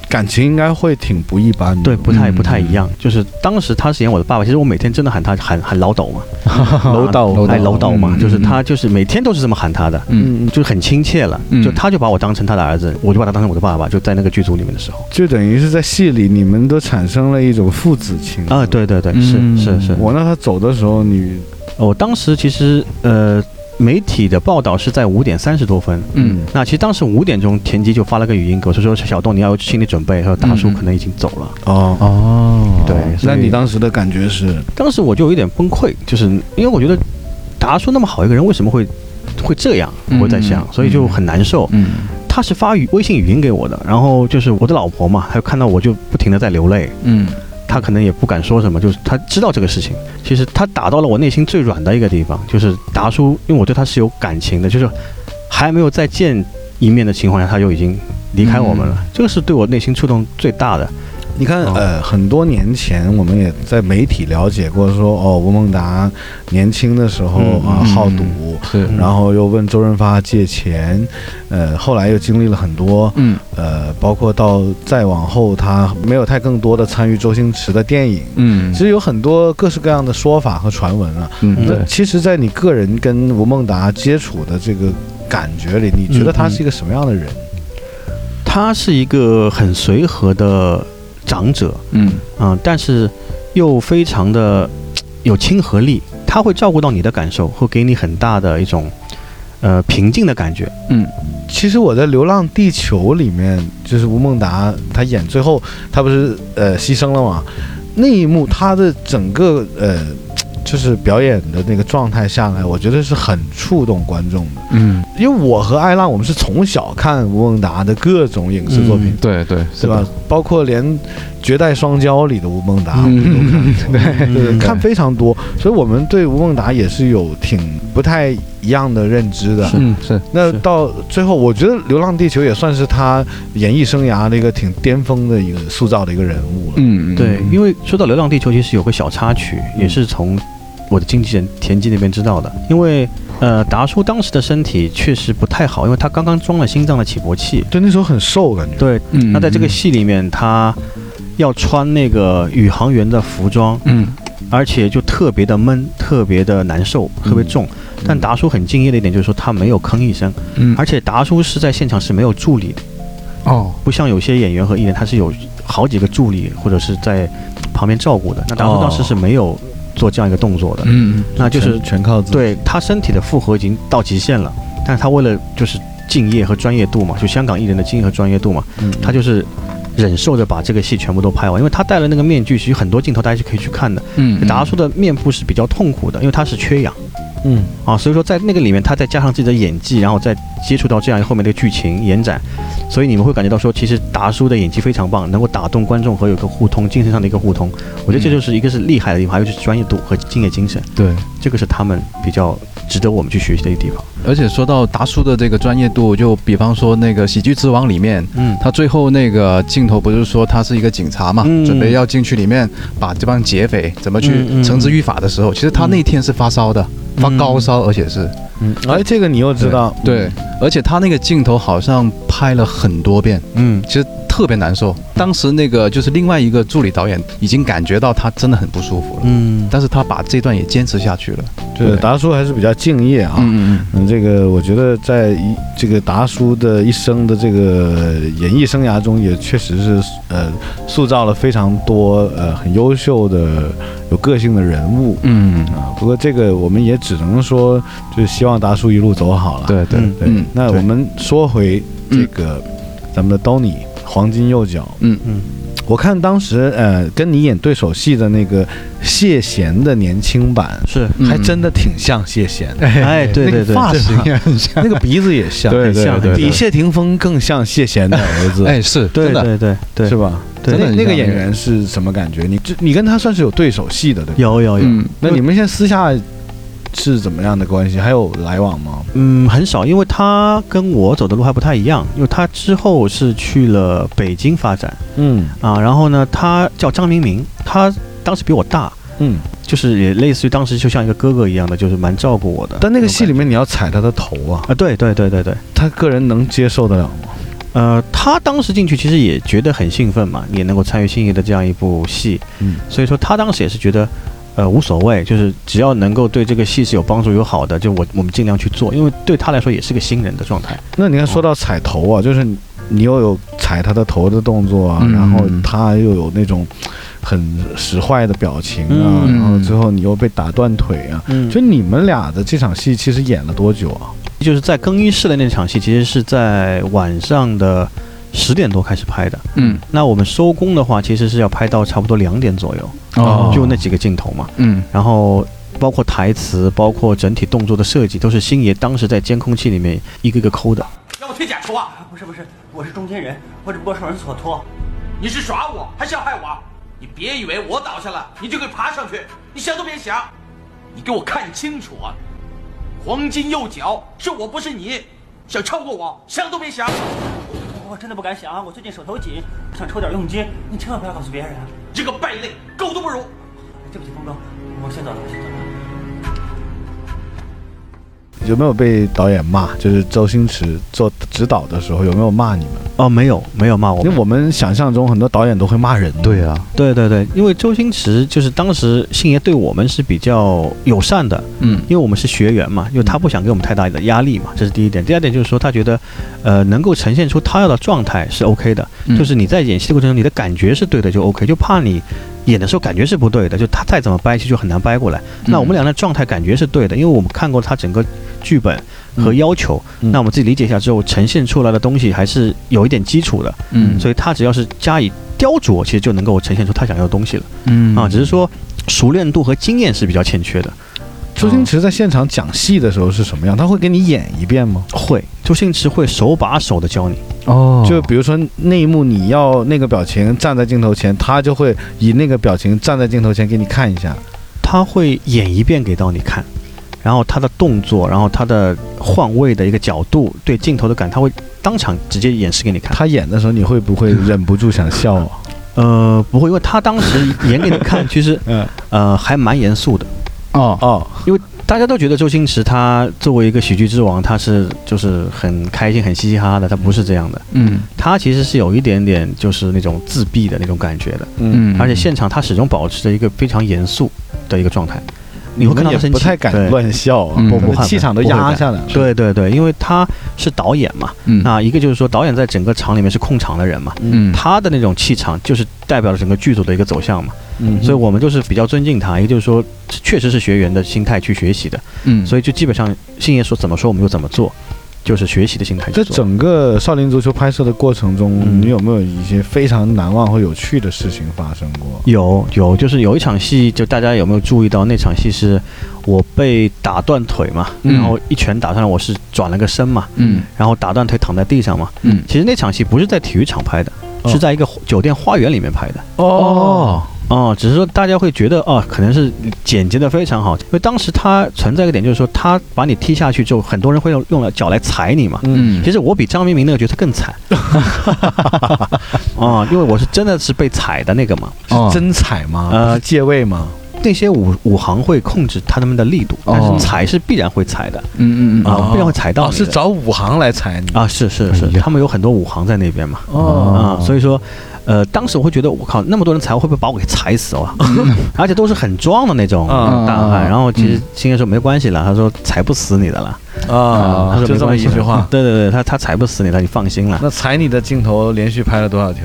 S3: 感情应该会挺不一般的。
S1: 对，不太
S2: 嗯
S1: 不太一样。就是当时他是演我的爸爸，其实我每天真的喊他喊喊老斗嘛，
S2: 楼
S1: 斗哎 (laughs) 楼斗嘛，
S2: 嗯
S1: 就是他就是每天都是这么喊他的，
S2: 嗯，
S3: 嗯，
S1: 就是很亲切了。
S2: 嗯
S1: 就他就把我当成他的儿子，我就把他当成我的爸爸，就在那个剧组里面的时候。
S3: 就等于是在戏里你们都产生了一种父子情
S1: 啊，。对对对，是
S2: 嗯
S1: 是是。我
S3: 我那他走的时候，你
S1: 我当时其实呃，媒体的报道是在五点三十多分。
S2: 嗯
S1: 那其实当时五点钟，田鸡就发了个语音给我，说说小东你要有心理准备，还有大叔
S2: 嗯嗯
S1: 可能已经走了。
S3: 哦，
S2: 哦，
S1: 对所
S3: 那
S1: 以
S3: 你当时的感觉是
S1: 当时我就有一点崩溃，就是因为我觉得达叔那么好一个人，为什么会会这样？
S2: 嗯
S1: 我在想，所以就很难受。
S2: 嗯
S1: 他是发语微信语音给我的，然后就是我的老婆嘛，她看到我就不停的在流泪，
S2: 嗯
S1: 她可能也不敢说什么，就是她知道这个事情，其实她打到了我内心最软的一个地方，就是达叔，因为我对他是有感情的，就是还没有再见一面的情况下，他就已经离开我们
S2: 嗯
S1: 了，这个是对我内心触动最大的。
S3: 你看，
S1: 哦
S3: 呃，很多年前我们也在媒体了解过说，哦，吴孟达年轻的时候
S1: 嗯
S3: 啊、
S2: 嗯
S3: 好赌，
S2: 是
S1: 嗯
S3: 然后又问周润发借钱，呃，后来又经历了很多，
S2: 嗯
S3: 呃，包括到再往后他没有太更多的参与周星驰的电影。
S2: 嗯
S3: 其实有很多各式各样的说法和传闻啊。
S2: 嗯
S3: 那
S2: 对
S3: 其实，在你个人跟吴孟达接触的这个感觉里，你觉得
S2: 嗯
S3: 他是一个什么样的人？
S1: 他是一个很随和的长者，
S2: 嗯
S1: 嗯、但是又非常的有亲和力，他会照顾到你的感受，会给你很大的一种呃平静的感觉。
S2: 嗯
S3: 其实我在《流浪地球》里面，就是吴孟达他演最后他不是呃牺牲了嘛？那一幕他的整个呃就是表演的那个状态下来，我觉得是很触动观众的。
S2: 嗯，
S3: 因为我和艾浪我们是从小看吴孟达的各种影视作品，
S1: 嗯
S2: 对对
S3: 对吧？？包括连《绝代双骄》里的吴孟达，
S2: 嗯，
S3: 对，
S1: 嗯
S3: 看非常多，所以我们对吴孟达也是有挺不太一样的认知的。
S2: 嗯是
S3: 那
S1: 是
S3: 到最后，我觉得《流浪地球》也算是他演艺生涯的一个挺巅峰的一个塑造的一个人物了。
S2: 嗯
S1: 对，因为说到《流浪地球》，其实有个小插曲，也是从我的经纪人田鸡那边知道的。因为呃，达叔当时的身体确实不太好，因为他刚刚装了心脏的起搏器。
S3: 对，那时候很瘦，感觉。
S1: 对，
S2: 嗯
S1: 那在这个戏里面，他要穿那个宇航员的服装，
S2: 嗯
S1: 而且就特别的闷，特别的难受，
S2: 嗯
S1: 特别重。但达叔很敬业的一点就是说他没有吭一声，
S2: 嗯
S1: 而且达叔是在现场是没有助理的，
S2: 哦
S1: 不像有些演员和艺人他是有好几个助理或者是在旁边照顾的。那达叔
S2: 哦
S1: 当时是没有做这样一个动作的，
S2: 嗯
S1: 那就是
S3: 全全靠自己。
S1: 对他身体的负荷已经到极限了，但是他为了就是敬业和专业度嘛，就香港艺人的敬业和专业度嘛，
S3: 嗯，
S1: 他就是忍受着把这个戏全部都拍完，因为他戴了那个面具，其实很多镜头大家是可以去看的。
S2: 嗯
S1: 达叔的面部是比较痛苦的，因为他是缺氧
S3: 嗯，
S1: 啊，所以说在那个里面，他再加上自己的演技，然后再接触到这样后面的剧情延展，所以你们会感觉到说，其实达叔的演技非常棒，能够打动观众和有一个互通，精神上的一个互通。我觉得这就是一个是厉害的地方，还有就是专业度和敬业精神，
S2: 对。
S1: 这个是他们比较值得我们去学习的一个地方。
S2: 而且说到达叔的这个专业度，就比方说那个《喜剧之王》里面，
S1: 嗯
S2: 他最后那个镜头不是说他是一个警察嘛，
S1: 嗯
S2: 准备要进去里面把这帮劫匪怎么去
S1: 嗯嗯
S2: 绳之于法的时候，其实他那天是发烧的，发高烧，而且是
S3: 哎，这个你又知道？
S2: 嗯
S3: 嗯
S2: 对，而且他那个镜头好像拍了很多遍，
S1: 嗯，
S2: 其实特别难受。当时那个就是另外一个助理导演已经感觉到他真的很不舒服了，
S1: 嗯，
S2: 但是他把这段也坚持下去了。
S3: 对，达叔还是比较敬业啊。
S2: 嗯嗯
S3: 嗯，这个我觉得在一这个达叔的一生的这个演艺生涯中，也确实是呃塑造了非常多呃很优秀的有个性的人物
S2: 嗯 (laughs) 嗯，
S3: 啊。不过这个我们也只能说，就是希望达叔一路走好了。
S2: 对对
S1: 嗯
S3: 对，
S2: 嗯
S3: 那我们说回这个、咱们的 Tony 黄金右脚，
S2: 嗯
S1: 嗯，
S3: 我看当时呃跟你演对手戏的那个谢贤的年轻版，
S1: 是，
S2: 嗯
S3: 还真的挺像谢贤的。
S1: 哎，对对
S3: 那个
S1: 对，
S3: 发
S1: 是
S3: 型也
S2: 很像。
S3: (laughs) 那个鼻子也像，
S2: 对对
S3: 很像
S2: 对对
S3: 比谢霆锋更像谢贤的儿子，
S2: 哎，是
S1: 对
S2: 真的
S1: 对对对，
S3: 是吧？
S1: 对
S3: 那
S2: 真的很像
S3: 那个演员是什么感觉？你这你跟他算是有对手戏的，对吧？
S1: 有有有，
S2: 嗯，
S3: 那你们现在私下是怎么样的关系？还有来往吗？
S1: 嗯，很少，因为他跟我走的路还不太一样，因为他之后是去了北京发展
S3: 嗯
S1: 啊，然后呢，他叫张明明，他当时比我大，
S3: 嗯，
S1: 就是也类似于当时就像一个哥哥一样的，就是蛮照顾我的。
S3: 但那个戏里
S1: 面
S3: 面你要踩他的头啊，
S1: 啊，对对对对对，
S3: 他个人能接受得了吗？
S1: 呃，他当时进去其实也觉得很兴奋嘛，也能够参与心仪的这样一部戏，
S2: 嗯，
S1: 所以说他当时也是觉得，呃，无所谓，就是只要能够对这个戏是有帮助、有好的，就我我们尽量去做，因为对他来说也是个新人的状态。
S3: 那你看，说到踩头啊，就是你你又有踩他的头的动作啊，
S2: 嗯
S3: 然后他又有那种很使坏的表情啊，
S1: 嗯
S3: 然后最后你又被打断腿啊。
S1: 嗯
S3: 就你们俩的这场戏，其实演了多久啊？
S1: 就是在更衣室的那场戏，其实是在晚上的十点多开始拍的。
S2: 嗯
S1: 那我们收工的话，其实是要拍到差不多两点左右，
S2: 哦
S1: 就那几个镜头嘛。
S2: 嗯
S1: 然后包括台词，包括整体动作的设计，都是星爷当时在监控器里面一个一个抠的。
S7: 让我退假球啊！不是不是，我是中间人，我只不过受人所托。你是耍我还是要害我？啊你别以为我倒下了，你就给爬上去，你想都别想！你给我看清楚啊！黄金右脚是我，不是你，想超过我，想都别想！我真的不敢想啊，我最近手头紧，我想抽点佣金，你千万不要告诉别人啊！这个败类，狗都不如！对不起，峰哥，我先走了，我先走了。
S3: 有没有被导演骂？就是周星驰做指导的时候，有没有骂你们？
S1: 哦，没有，没有骂我
S3: 因为
S1: 们。
S3: 我们想象中很多导演都会骂人。对啊，
S1: 对对对，因为周星驰就是当时星爷对我们是比较友善的，
S2: 嗯
S1: 因为我们是学员嘛，因为他不想给我们太大的压力
S3: 嗯
S1: 嘛，这是第一点。第二点就是说，他觉得，呃，能够呈现出他要的状态是 OK 的，
S2: 嗯
S1: 就是你在演戏的过程中，你的感觉是对的就 OK，就怕你演的时候感觉是不对的，就他再怎么掰，其实就很难掰过来。
S3: 嗯
S1: 那我们俩的状态感觉是对的，因为我们看过他整个剧本和要求，
S3: 嗯
S1: 那我们自己理解一下之后，呈现出来的东西还是有一点基础的，
S2: 嗯
S1: 所以他只要是加以雕琢，其实就能够呈现出他想要的东西了
S2: 嗯
S1: 啊，只是说熟练度和经验是比较欠缺的。
S3: 周星驰在现场讲戏的时候是什么样？他会给你演一遍吗？
S1: 会，周星驰会手把手的教你。
S2: 哦
S3: 就比如说那一幕，你要那个表情站在镜头前，他就会以那个表情站在镜头前给你看一下。
S1: 嗯他会演一遍给到你看，然后他的动作，然后他的换位的一个角度，对镜头的感，他会当场直接演示给你看。
S3: 他演的时候，你会不会忍不住想笑啊？
S1: 呃，不会，因为他当时演给你看，其实
S3: 嗯，
S1: 呃还蛮严肃的，
S2: 哦
S3: 哦，
S1: 因为大家都觉得周星驰他作为一个喜剧之王，他是就是很开心、很嘻嘻哈哈的，他不是这样的，
S2: 嗯
S1: 他其实是有一点点就是那种自闭的那种感觉的，
S2: 嗯，
S1: 而且现场他始终保持着一个非常严肃的一个状态。你会看
S3: 们
S1: 到
S3: 也
S1: 他生
S3: 不
S1: 气
S3: 太敢
S1: 对
S3: 乱笑啊，
S2: 嗯
S3: 我
S2: 不
S3: 们
S1: 会
S3: 气场都
S1: 不会
S3: 压
S1: 敢
S3: 下来了。
S1: 对对对，因为他是导演嘛，
S2: 嗯
S1: 那一个就是说导演在整个场里面是控场的人嘛，
S2: 嗯
S1: 他的那种气场就是代表了整个剧组的一个走向嘛，
S3: 嗯
S1: 所以我们就是比较尊敬他，一个就是说确实是学员的心态去学习的，
S2: 嗯
S1: 所以就基本上星爷说怎么说我们就怎么做，就是学习的心态去
S3: 在
S1: 做。
S3: 整个少林足球拍摄的过程中，
S1: 嗯
S3: 你有没有一些非常难忘或有趣的事情发生过？
S1: 有有，就是有一场戏，就大家有没有注意到那场戏是我被打断腿嘛，
S2: 嗯
S1: 然后一拳打上来，我是转了个身嘛，
S2: 嗯
S1: 然后打断腿躺在地上嘛。
S2: 嗯
S1: 其实那场戏不是在体育场拍的，
S3: 哦
S1: 是在一个酒店花园里面拍的。
S2: 哦
S1: 哦，只是说大家会觉得哦，可能是剪辑的非常好，因为当时它存在一个点，就是说他把你踢下去之后，很多人会用用了脚来踩你嘛。
S2: 嗯
S1: 其实我比张明明那个角色更
S2: (laughs)
S1: 惨，哦，因为我是真的是被踩的那个嘛。
S2: 哦
S3: 是真踩吗？
S1: 呃
S3: 不是借位吗？
S1: 那些武武行会控制他们的力度，但
S2: 哦
S1: 是踩是必然会踩的
S2: 嗯嗯
S1: 啊，必然会踩到
S3: 哦，
S1: 你
S3: 是
S1: 的
S3: 找武行来踩你
S1: 啊，是是是
S3: 哎，呀
S1: 他们有很多武行在那边嘛。
S3: 哦
S1: 啊，所以说，呃，当时我会觉得，我靠，那么多人踩，我会不会把我给踩死
S3: (laughs)
S1: 啊？而且都是很壮的那种
S3: 啊
S1: 大汉。然后其实星爷说没关系了，他说踩不死你的了。
S3: 啊
S1: 他说
S3: 就
S1: 没
S3: 这么
S1: 关系
S3: 一句
S1: 了 (laughs)。
S3: 话
S1: 对对对，他他踩不死你的，你放心了。
S3: 那踩你的镜头连续拍了多少条？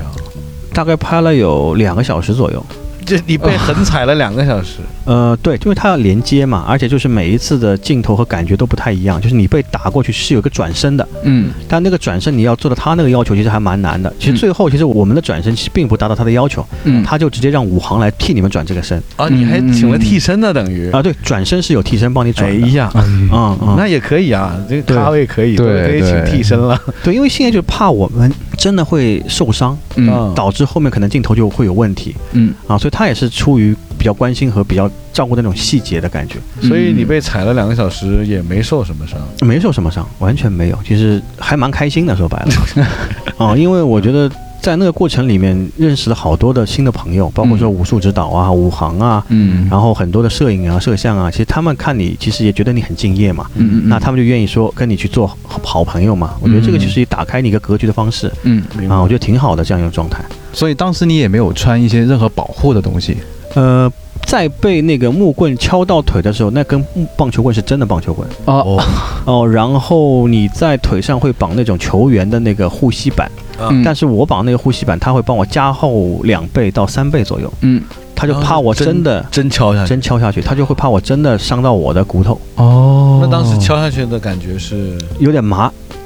S1: 大概拍了有两个小时左右。
S3: 这你被狠踩了两个小时，
S1: 呃，对，因为他要连接嘛，而且就是每一次的镜头和感觉都不太一样，就是你被打过去是有一个转身的，
S2: 嗯
S1: 但那个转身你要做到他那个要求，其实还蛮难的。其
S2: 嗯
S1: 实最后其实我们的转身其实并不达到他的要求，
S2: 嗯
S1: 他就直接让武行来替你们转这个身
S3: 啊，你还
S2: 嗯
S3: 请了替身呢，等于。
S1: 啊。对，转身是有替身帮你
S3: 哎
S1: 转的。
S3: 呀，
S1: 嗯嗯，
S3: 那也可以啊，这个咖位可以，
S2: 对
S3: 都可以请替身了。
S1: 对，因为现在就怕我们真的会受伤，
S2: 嗯
S1: 导致后面可能镜头就会有问题
S2: 嗯，
S1: 啊，所以他也是出于比较关心和比较照顾那种细节的感觉，
S3: 所以你被踩了两个小时也没受什么伤。
S1: 没受什么伤，完全没有，其实还蛮开心的，说白了，啊，因为我觉得在那个过程里面认识了好多的新的朋友，包括说武术指导啊、武行啊，
S2: 嗯
S1: 然后很多的摄影啊、摄像啊，其实他们看你，其实也觉得你很敬业嘛，
S2: 嗯嗯
S1: 那他们就愿意说跟你去做好朋友嘛。我觉得这个就是打开你一个格局的方式
S2: 嗯，
S1: 啊，我觉得挺好的这样一种状态。
S2: 所以当时你也没有穿一些任何保护的东西，
S1: 呃，在被那个木棍敲到腿的时候，那根木棒球棍是真的棒球棍
S2: 哦，
S1: 哦。然后你在腿上会绑那种球员的那个护膝板，
S2: 嗯
S1: 但是我绑那个护膝板，它会帮我加厚两倍到三倍左右，
S2: 嗯，
S1: 他就怕我真的
S3: 真敲下去。
S1: 真敲下去，他就会怕我真的伤到我的骨头，
S2: 哦
S3: 那当时敲下去的感觉是，
S1: 有点麻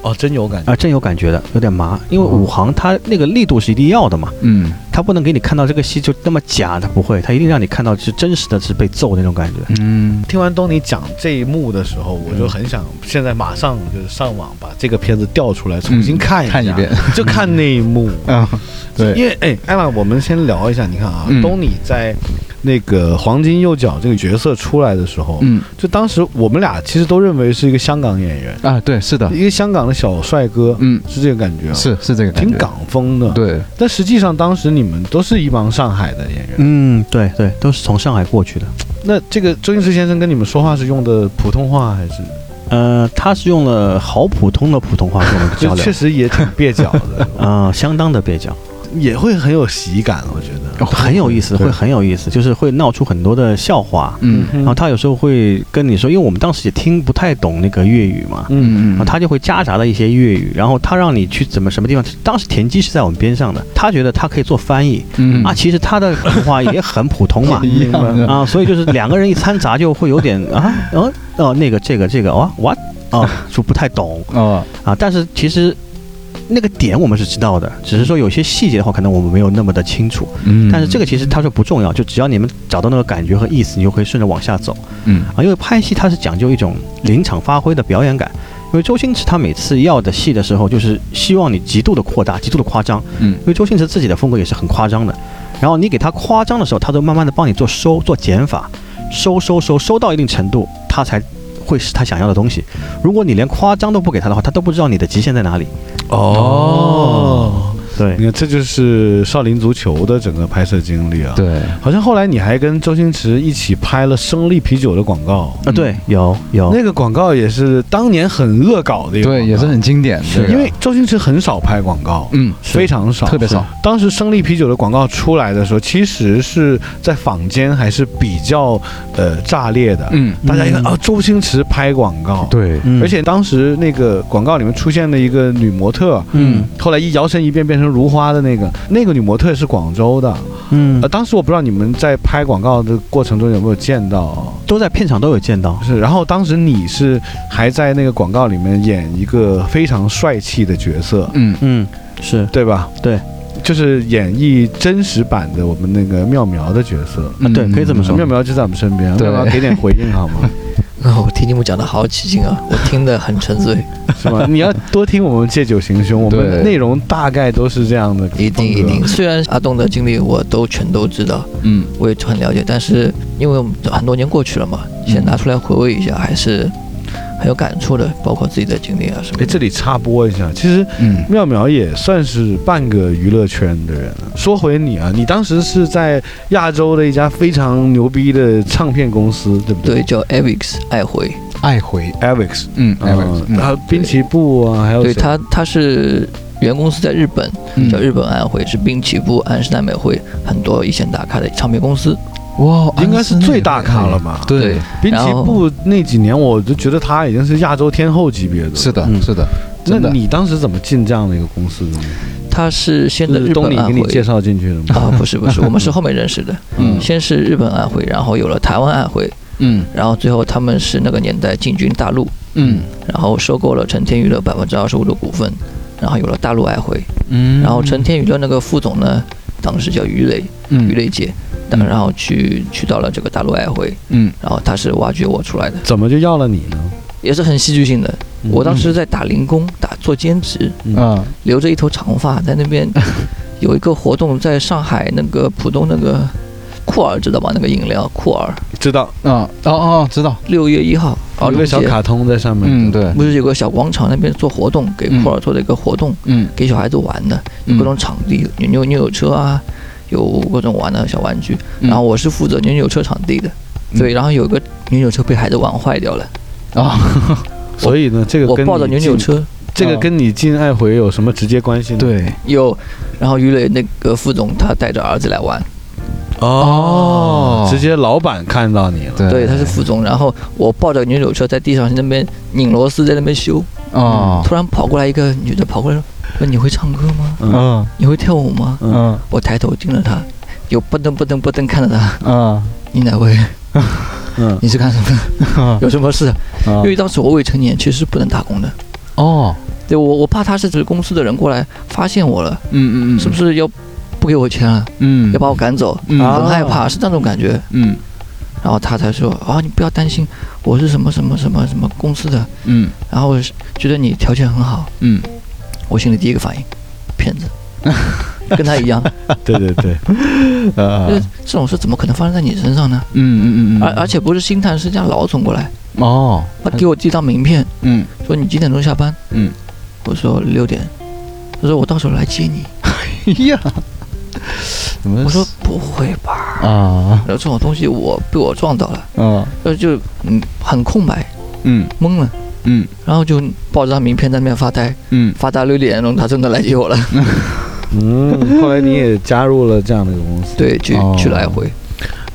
S1: 啊、
S3: 哦，真有感觉。
S1: 啊真有感觉的，有点麻，因为
S2: 哦
S1: 五行它那个力度是一定要的嘛，
S2: 嗯
S1: 它不能给你看到这个戏就那么假，它不会，它一定让你看到是真实的是被揍那种感觉。
S2: 嗯
S3: 听完东尼讲这一幕的时候，我就很想现在马上就是上网把这个片子调出来重新看一下，
S2: 嗯看一遍，
S3: 就看那一幕。
S2: 啊， (laughs) 对，
S3: 因为哎，艾拉，我们先聊一下，你看啊，
S2: 嗯
S3: 东尼在那个黄金右脚这个角色出来的时候，
S2: 嗯
S3: 就当时我们俩其实都认为是一个香港演员，
S2: 啊，对，是的，
S3: 一个香港的小帅哥，
S2: 嗯，
S3: 是这个感觉啊，
S2: 是是这个感觉
S3: 挺，港风的。，
S2: 对，
S3: 但实际上当时你们都是一帮上海的演员，
S1: 嗯，对对，都是从上海过去的。
S3: 那这个周星驰先生跟你们说话是用的普通话还是？
S1: 呃，他是用了好普通的普通话
S2: (laughs)
S1: 跟我们交
S3: 就
S1: 流，
S3: 确，实也挺蹩脚的
S1: 啊、相当的蹩脚，
S3: 也会很有喜感，我觉得。
S1: 很有意思，
S2: 哦对
S1: 会很有意思，就是会闹出很多的笑话。
S2: 嗯
S1: 然后他有时候会跟你说，因为我们当时也听不太懂那个粤语嘛，
S2: 嗯
S1: 然后他就会夹杂了一些粤语，然后他让你去怎么什么地方。当时田鸡是在我们边上的，他觉得他可以做翻译，
S2: 嗯，
S1: 啊，其实他的普通话也很普通嘛
S2: (laughs) 嗯一样的
S1: 啊，所以就是两个人一掺杂就会有点啊，哦哦，那个这个这个哇 what
S2: (laughs)
S1: 哦，就不太懂
S2: 哦，
S1: 啊。但是其实那个点我们是知道的，只是说有些细节的话，可能我们没有那么的清楚。
S2: 嗯
S1: 但是这个其实他说不重要，就只要你们找到那个感觉和意思，你就可以顺着往下走
S2: 嗯
S1: 啊。因为拍戏它是讲究一种临场发挥的表演感。因为周星驰他每次要的戏的时候，就是希望你极度的扩大、极度的夸张，
S2: 嗯
S1: 因为周星驰自己的风格也是很夸张的，然后你给他夸张的时候，他就慢慢的帮你做收、做减法，收收收，收到一定程度，他才会是他想要的东西。如果你连夸张都不给他的话，他都不知道你的极限在哪里。
S3: 哦，
S1: 对
S3: 你看这就是少林足球的整个拍摄经历啊。，
S2: 对，
S3: 好像后来你还跟周星驰一起拍了生力啤酒的广告，
S2: 嗯
S1: 啊，对，有有，
S3: 那个广告也是当年很恶搞的一个广告，
S2: 对，也是啊很经典，这个
S3: 因为周星驰很少拍广告。
S2: 嗯
S3: 非常少，
S2: 特别少。
S3: 当时生力啤酒的广告出来的时候，其实是在坊间还是比较呃炸裂的。
S2: 嗯
S3: 大家一看
S1: 嗯
S3: 啊，周星驰拍广告，
S2: 对
S1: 嗯
S3: 而且当时那个广告里面出现的一个女模特，
S1: 嗯
S3: 后来一摇身一变变成如花的那个，那个女模特是广州的。
S1: 嗯
S3: 呃，，当时我不知道你们在拍广告的过程中有没有见到，
S1: 都在片场都有见到
S3: 就。是然后当时你是还在那个广告里面演一个非常帅气的角色，
S2: 嗯
S1: 嗯，是
S3: 对吧？
S1: 对，
S3: 就是演绎真实版的我们那个妙苗的角色。
S1: 啊，对，可以这么说
S3: 嗯妙。苗就在我们身边，
S2: 对
S3: 妙苗给点回应好 (laughs) 吗？
S6: 啊，我听你们讲的好起劲
S3: (laughs)
S6: 啊，我听得很沉醉，
S3: 是吧？你要多听我们借酒行凶，我
S2: 对
S3: 们内容大概都是这样的，(laughs)
S6: 一定一定。。虽然阿栋的经历我都全都知道，
S2: 嗯
S6: 我也很了解，但是因为我们很多年过去了嘛，
S3: 嗯
S6: 先拿出来回味一下，还是很有感触的，包括自己的经历啊什么
S3: 哎，
S6: 的。
S3: 这里插播一下，其实
S2: 嗯
S3: 妙苗也算是半个娱乐圈的人了。说回你啊，你当时是在亚洲的一家非常牛逼的唱片公司，对不
S6: 对，
S3: 对？
S6: 叫 Avix 爱回，
S2: 爱回，
S3: ，Avex，
S2: 嗯爱回，
S3: 嗯，
S2: 嗯
S3: 还有滨崎步啊，还有
S6: 对
S3: 谁
S6: 他他是原公司在日本，
S2: 嗯
S6: 叫日本安徽，是滨崎步、安室奈美惠很多以前打卡的唱片公司。
S2: 哇，
S3: 应该是
S2: 安室奈
S3: 最
S2: 美
S3: 大咖了吧？
S2: 对，
S3: 滨崎
S6: 然后
S3: 步那几年，我就觉得他已经是亚洲天后级别的。
S2: 是，的，
S1: 嗯
S2: 是的，
S3: 那
S2: 真的
S3: 你当时怎么进这样的一个公司的呢？
S6: 他是先的
S3: 是
S6: 日
S3: 东
S6: 本
S3: 尼
S6: 安
S3: 给
S6: 徽
S3: 你介绍进去的吗？
S6: 啊，不是不是，我们是后面认识
S3: (laughs)
S6: 的，
S2: 嗯
S6: 先是日本安徽，然后有了台湾安徽，
S2: 嗯
S6: 然后最后他们是那个年代进军大陆，
S2: 嗯
S6: 然后收购了成天娱乐百分之二十五的股份，然后有了大陆安徽，
S2: 嗯
S6: 然后成天娱乐那个副总呢，当时叫于磊，
S2: 嗯
S6: 于磊姐，但然后去去到了这个大陆安徽，
S2: 嗯
S6: 然后他是挖掘我出来的，
S3: 怎么就要了你呢？
S6: 也是很戏剧性的。
S3: 嗯
S6: 我当时在打零工，打做兼职，
S2: 啊
S6: 留着一
S3: (laughs)
S6: 头长发，在那边有一个活动，在上海那个浦东那个。酷儿知道吧？那个饮料酷儿，
S3: 知道
S2: 啊，哦哦，知道，
S6: 六月一号儿
S3: 有一
S6: 童
S3: 个小
S6: 节，
S3: 卡通在上面，
S2: 嗯，对，
S6: 不是有个小广场那边做活动，给
S2: 嗯
S6: 酷儿做了一个活动，
S2: 嗯
S6: 给小孩子玩的，
S3: 嗯
S6: 有各种场地，有扭扭车啊，有各种玩的小玩具。
S2: 嗯
S6: 然后我是负责扭扭车场地的，对，
S3: 嗯
S6: 然后有个扭扭车被孩子玩坏掉了，
S2: 啊，
S3: 所以呢，这个
S6: 我
S3: 跟
S6: 抱着
S3: 你
S6: 扭扭
S3: 进，
S6: 车
S3: 这个
S2: 嗯
S3: 跟你进爱回有什么直接关系
S2: (laughs)
S3: 呢？，
S2: 对，
S6: 有，然后于磊那个副总他带着儿子来玩，
S3: 哦，直接老板看到你了，
S2: 对
S6: 对，他是副
S2: 哎
S6: 总，然后我抱着扭扭车在地上那边拧螺丝，在那边修，
S2: 哦，
S6: 突然跑过来一个女的跑过来说：“说你会唱歌吗？
S2: 嗯
S6: 你会跳舞吗？”
S2: 嗯
S6: 我抬头盯着她，有扑腾扑腾扑腾看着她，
S2: 嗯
S6: 你哪位？
S3: 嗯
S6: (laughs) 你是干什么的？
S2: 嗯
S6: (laughs) 有什么事？因为当时我未成年，其实是不能打工的。
S2: 哦，
S6: 对我，我怕他是指公司的人过来发现我了，
S2: 嗯嗯嗯，
S6: 是不是要不给我钱了，
S2: 嗯，
S6: 要把我赶走？
S2: 嗯
S6: 很害怕，是那种感觉。
S2: 嗯
S6: 然后他才说：“啊，你不要担心，我是什么什么什么什么公司的。
S2: 嗯”
S6: 然后我是觉得你条件很好，
S2: 嗯，
S6: 我心里第一个反应，骗
S2: (laughs)
S6: 子，跟他一样。
S3: 对对
S6: (laughs)
S3: 对，
S2: 呃，
S6: 就是这种事怎么可能发生在你身上呢？
S2: 嗯嗯嗯嗯，
S6: 而而且不是星探，是人家老总过来，
S2: 哦，
S6: 他给我递张名片，
S2: 嗯
S6: 说你几点钟下班？
S2: 嗯，
S6: 我说六点。他说我到时候来接你。
S2: 哎呀，怎么？
S6: 我说不会吧？
S2: 啊
S6: 然后这种东西我被我撞到了，
S2: 啊
S6: 就就嗯很空白，
S2: 嗯
S6: 懵了。
S2: 嗯
S6: 然后就抱着张名片在那边发呆，
S2: 嗯
S6: 发呆六点钟，他真的来接我了。
S3: 嗯，后来你也加入了这样的一个公司，
S6: 对，去、
S2: 哦
S6: 去来回，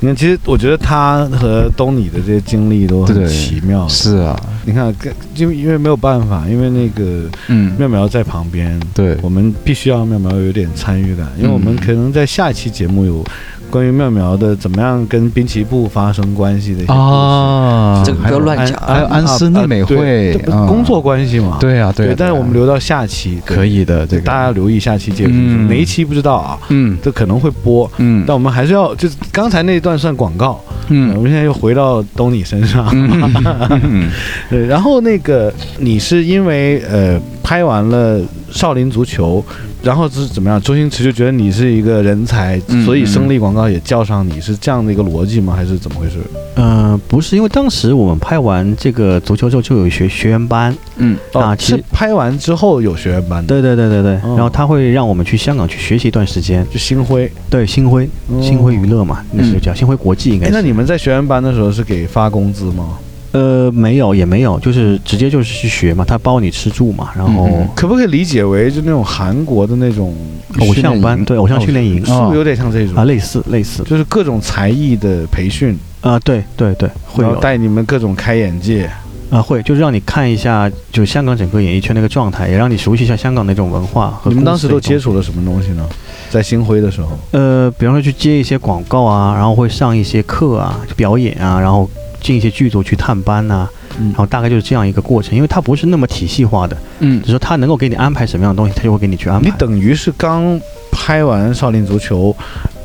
S3: 你看，其实我觉得他和东尼的这些经历都很
S2: 对
S3: 奇妙，
S2: 是啊，
S3: 你看，跟因为因为没有办法，因为那个
S2: 嗯
S3: 妙苗在旁边，
S2: 对，
S3: 我们必须要让妙苗有点参与感，因为我们
S2: 嗯
S3: 可能在下一期节目有关于妙苗的怎么样跟滨崎步发生关系的一些故事。
S2: 啊，
S6: 这个不要乱讲。
S2: 还有安室奈美惠
S3: 对这不
S2: 啊
S3: 工作关系嘛，
S2: 对啊对啊，
S3: 但是我们留到下期，
S2: 可以的，这
S3: 对，
S2: 个
S3: 大家留意下期节目
S2: 嗯
S3: 哪一期不知道啊，
S2: 嗯
S3: 这可能会播，
S2: 嗯
S3: 但我们还是要就是刚才那一段算广告，我
S2: 嗯
S3: 们现在又回到东尼身上， (laughs)
S2: 嗯
S3: 对，然后那个你是因为呃拍完了《少林足球》，然后是怎么样？周星驰就觉得你是一个人才，
S2: 嗯
S3: 所以生力广告也叫上你，是这样的一个逻辑吗？还是怎么回事？
S1: 嗯、不是，因为当时我们拍完这个足球之后就有学学员班，
S2: 嗯
S1: 啊
S3: 哦
S1: 其实
S3: 是拍完之后有学员班的，
S1: 对对对对对，
S3: 哦
S1: 然后他会让我们去香港去学习一段时间，
S3: 就星辉。
S1: 对星辉
S3: 哦
S1: 星辉娱乐嘛，那时候叫星辉国际应该
S3: 哎，
S1: 是
S3: 那。你们在学员班的时候是给发工资吗？
S1: 呃，没有也没有，就是直接就是去学嘛，他包你吃住嘛，然后
S2: 嗯
S3: 可不可以理解为就那种韩国的那种，
S1: 偶像班，对偶像训练营
S3: 是不是有点像这
S1: 啊，
S3: 种？
S1: 类似类似
S3: 就是各种才艺的培训，
S1: 啊，对对对，会
S3: 然
S1: 有
S3: 后带你们各种开眼界。
S1: 啊会，就是让你看一下就是香港整个演艺圈那个状态，也让你熟悉一下香港那种文化和
S3: 你们当时都
S1: 公司的一
S3: 接
S1: 种
S3: 触了什么东西呢？在星辉的时候，
S1: 呃，比方说去接一些广告啊，然后会上一些课啊，表演啊，然后进一些剧组去探班呐、
S3: 嗯
S1: 然后大概就是这样一个过程，因为它不是那么体系化的，
S2: 嗯
S1: 只是说它能够给你安排什么样的东西，它就会给你去安排。
S3: 你等于是刚拍完《少林足球》，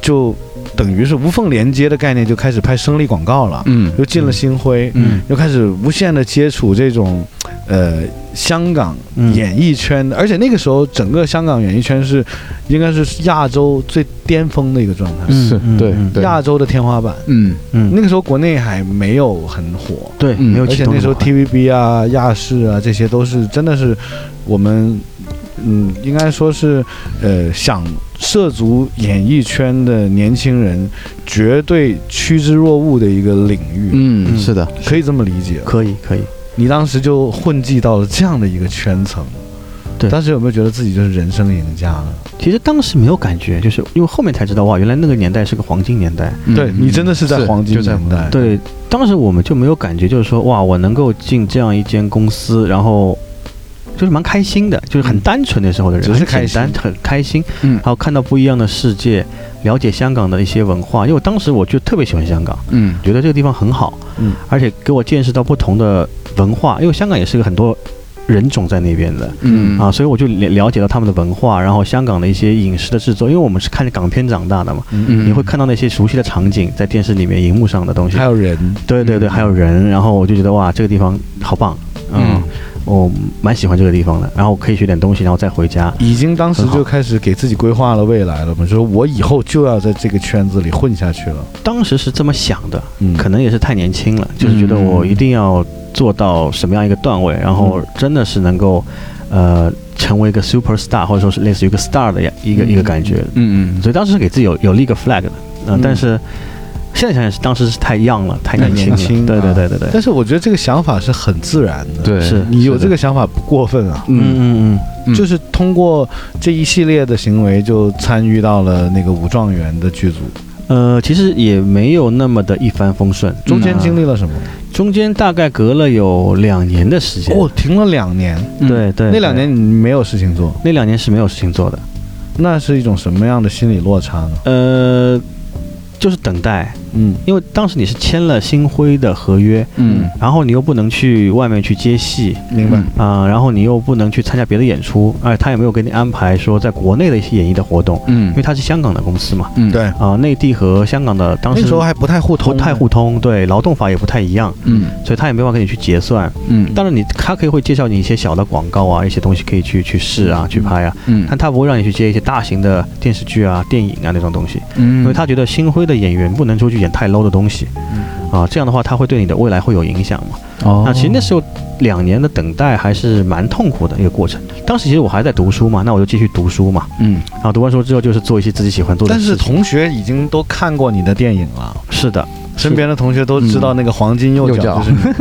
S3: 就等于是无缝连接的概念，就开始拍生力广告了，
S2: 嗯
S3: 又进了星辉，
S2: 嗯
S3: 又开始无限的接触这种，呃，香港
S1: 嗯
S3: 演艺圈的，而且那个时候整个香港演艺圈是应该是亚洲最巅峰的一个状态，
S2: 是
S1: 嗯
S2: 对
S1: 嗯
S2: 对
S3: 亚洲的天花板。
S2: 嗯
S1: 嗯，
S3: 那个时候国内还没有很火，
S1: 对，
S2: 嗯
S1: 没有
S3: 而且
S1: 启动
S3: 那时候
S1: 么快
S3: TVB 啊、亚视啊，这些都是真的是我们，嗯，应该说是呃，想涉足演艺圈的年轻人绝对趋之若鹜的一个领域，
S2: 嗯是的，
S3: 可以这么理解。
S1: 可以可以，
S3: 你当时就混迹到了这样的一个圈层，
S1: 对
S3: 当时有没有觉得自己就是人生赢家了？
S1: 其实当时没有感觉，就是因为后面才知道哇，原来那个年代是个黄金年代。
S3: 对你真的是在黄金
S2: 嗯就在
S3: 年代，
S1: 对，当时我们就没有感觉，就是说哇，我能够进这样一间公司，然后就是蛮开心的，就是很单纯的时候的人，
S3: 嗯只是
S1: 很简
S3: 开心
S1: 单很开心，
S2: 嗯
S1: 然后看到不一样的世界，了解香港的一些文化，因为我当时我就特别喜欢香港，
S2: 嗯
S1: 觉得这个地方很好，
S3: 嗯，
S1: 而且给我见识到不同的文化，因为香港也是个很多人种在那边的，
S2: 嗯
S1: 啊，所以我就了了解到他们的文化，然后香港的一些影视的制作，因为我们是看着港片长大的嘛，
S2: 嗯
S1: 你会看到那些熟悉的场景在电视里面、荧幕上的东西
S3: 还，有人，
S1: 对对对，还有人，然后我就觉得哇，这个地方好棒，嗯
S2: 嗯
S1: 我蛮喜欢这个地方的，然后可以学点东西，然后再回家。
S3: 已经当时就开始给自己规划了未来了嘛，就是我以后就要在这个圈子里混下去了。
S1: 当时是这么想的，
S3: 嗯
S1: 可能也是太年轻了，就是觉得我一定要做到什么样一个段位，然后真的是能够，呃，成为一个 super star，或者说是类似于一个 star 的一个、一个感觉。
S2: 嗯嗯，
S1: 所以当时是给自己有有立个 flag 的，嗯，
S2: 嗯
S1: 但是现在想想是当时是太 young 了，太年轻了，
S3: 太年轻
S1: 对对
S3: 啊
S1: 对对对，
S3: 但是我觉得这个想法是很自然的，
S2: 对，
S1: 是
S3: 你有
S2: 的
S3: 这个想法不过分啊。
S1: 嗯
S2: 嗯
S1: 嗯嗯，
S2: 嗯
S3: 就是通过这一系列的行为，就参与到了那个武状元的剧组。
S1: 呃，其实也没有那么的一帆风顺，
S3: 中间
S1: 嗯
S3: 经历了什么？
S1: 中间大概隔了有两年的时间，
S3: 哦，停了两年，
S2: 嗯
S1: 对对，
S3: 那两
S1: 对
S3: 年你没有事情做，
S1: 那两年是没有事情做的，
S3: 那是一种什么样的心理落差呢？
S1: 呃，就是等待，
S3: 嗯
S1: 因为当时你是签了星辉的合约，
S2: 嗯
S1: 然后你又不能去外面去接戏，
S3: 明白。
S1: 啊、然后你又不能去参加别的演出，而且他也没有给你安排说在国内的一些演艺的活动，
S2: 嗯
S1: 因为他是香港的公司嘛，
S2: 嗯
S3: 对，
S1: 啊、内地和香港的当
S3: 那
S1: 时
S3: 时候还不太互
S1: 不
S3: 通，
S1: 太互通，对，劳动法也不太一样，
S2: 嗯
S1: 所以他也没办法给你去结算。
S2: 嗯，
S1: 当然你他可以会介绍你一些小的广告啊，一些东西可以去去试啊，去拍啊，
S2: 嗯
S1: 但他不会让你去接一些大型的电视剧啊、电影啊那种东西，
S2: 嗯，
S1: 因为他觉得星辉的演员不能出去演太 low 的东西，啊，这样的话他会对你的未来会有影响嘛。
S2: 嗯哦，
S1: 那其实那时候两年的等待还是蛮痛苦的一个过程。当时其实我还在读书嘛，那我就继续读书嘛，
S2: 嗯
S1: 然后读完书之后就是做一些自己喜欢做的
S3: 但
S1: 事情。
S3: 是同学已经都看过你的电影了，
S1: 是的，
S3: 身边的同学都知道那个黄金右脚就是你了。